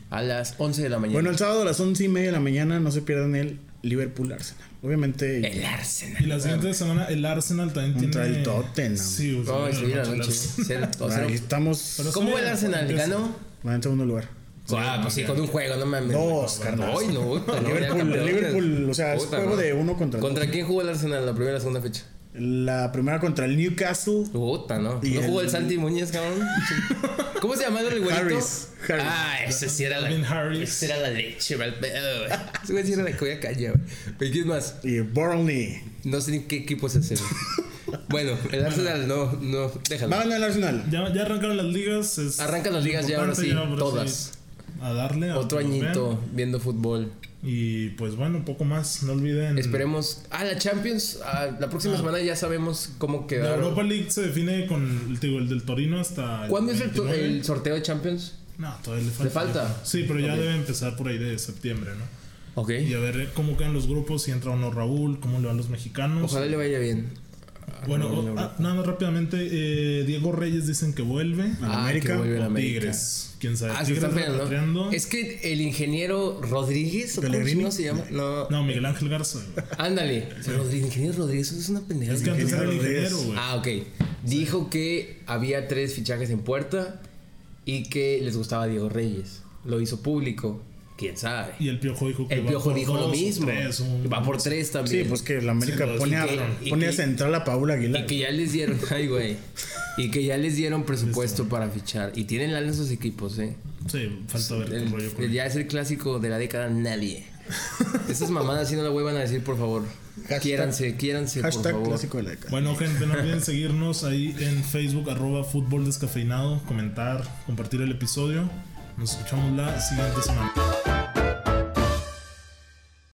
A las 11 de la mañana.
Bueno, el sábado a las once y media de la mañana no se pierdan el Liverpool Arsenal. Obviamente.
el
y
Arsenal.
la siguiente semana el Arsenal también
Contra
tiene.
el Tottenham.
Sí, o sea,
No,
bueno,
sí, la
el
noche.
Arsenal.
Cero- o
ahí
cero.
estamos.
Pero-
¿Cómo
sí,
va el Arsenal?
empieza.
¿Ganó?
Va en segundo lugar.
Ah, pues sí, con un juego, no mames.
Dos, carnal.
Hoy no, puta, no, ya
Liverpool,
campeones.
Liverpool, o sea, es
Puta,
juego
no.
de uno contra dos.
¿Contra quién jugó el Arsenal la primera y la segunda fecha?
La primera contra el Newcastle.
Puta, ¿no?
Y
¿No jugó
el-
el Santi Muñez,
*laughs*
cabrón? ¿Cómo se llamaba el güerito?
Harris, Harris.
Ah, ese sí era la...
Calvin Harris.
Ese era la leche, güey, el pedo,
*laughs*
güey. Ese güey sí era la cuya calle, güey. Pero ¿quién más?
Y Burnley.
No sé ni qué equipo es ese,
*laughs*
güey. Bueno, el Arsenal no, no, déjalo.
Va a ganar el Arsenal.
Ya, ya arrancaron las ligas. es
Arrancan las ligas ya ahora sí,
importante,
todas.
a darle. a
Otro
que nos
añito
vean.
viendo fútbol.
Y pues bueno, un poco más. No olviden.
Esperemos. Ah, la Champions. ah, la próxima semana ya sabemos cómo
La
quedaron.
Europa League se define con el, digo, el del Torino hasta. el
¿Cuándo es el, to-
29.
el sorteo de Champions?
No, todavía le falta.
¿Le falta?
Sí, pero ya
Ok.
debe empezar por ahí de septiembre, ¿no?
Ok.
Y a ver eh, cómo quedan los grupos, si entra o no Raúl, cómo le van los mexicanos.
Ojalá le vaya bien.
Bueno, o- ah, nada más rápidamente, eh, Diego Reyes dicen que vuelve.
Ah,
Ah,
América
que vuelve
O
la América.
Tigres. ¿Quién sabe?
Ah, se
Tigres
están peleando.
repatriando.
Es que el ingeniero Rodríguez, ¿o cómo
¿Pellegrini?
no se llama? No.
No, Miguel Ángel Garza. güey.
Ándale. O sea, Rodríguez, ingeniero Rodríguez, eso es una pendeja.
Es que antes era el
Ingeniero
ingeniero, güey.
Ah, ok. Dijo que había tres fichajes en puerta y que les gustaba Diego Reyes. Lo hizo público. ¿Quién sabe?
Y el Piojo dijo que
El
va
Piojo
por
dijo
dos
lo
o
mismo.
tres, un-
Va por tres
Sí,
también.
pues que la América
Sí,
pone, a,
y que- y
pone a
que-
central a Paula
Y
Aguilar.
que ya les dieron, ay güey. Y que ya les dieron presupuesto para fichar. Y tienen lana esos equipos, eh.
Sí, falta ver qué
El-
rollo con
el- ya es el clásico de la década nadie. Esas mamadas si no la vuelvan a decir, por favor.
Hashtag-
quiéranse, quiéranse, por
Hashtag
favor.
clásico de la década.
Bueno, gente, no olviden seguirnos ahí en Facebook, arroba fútbol descafeinado, comentar, compartir el episodio. Nos escuchamos la siguiente semana.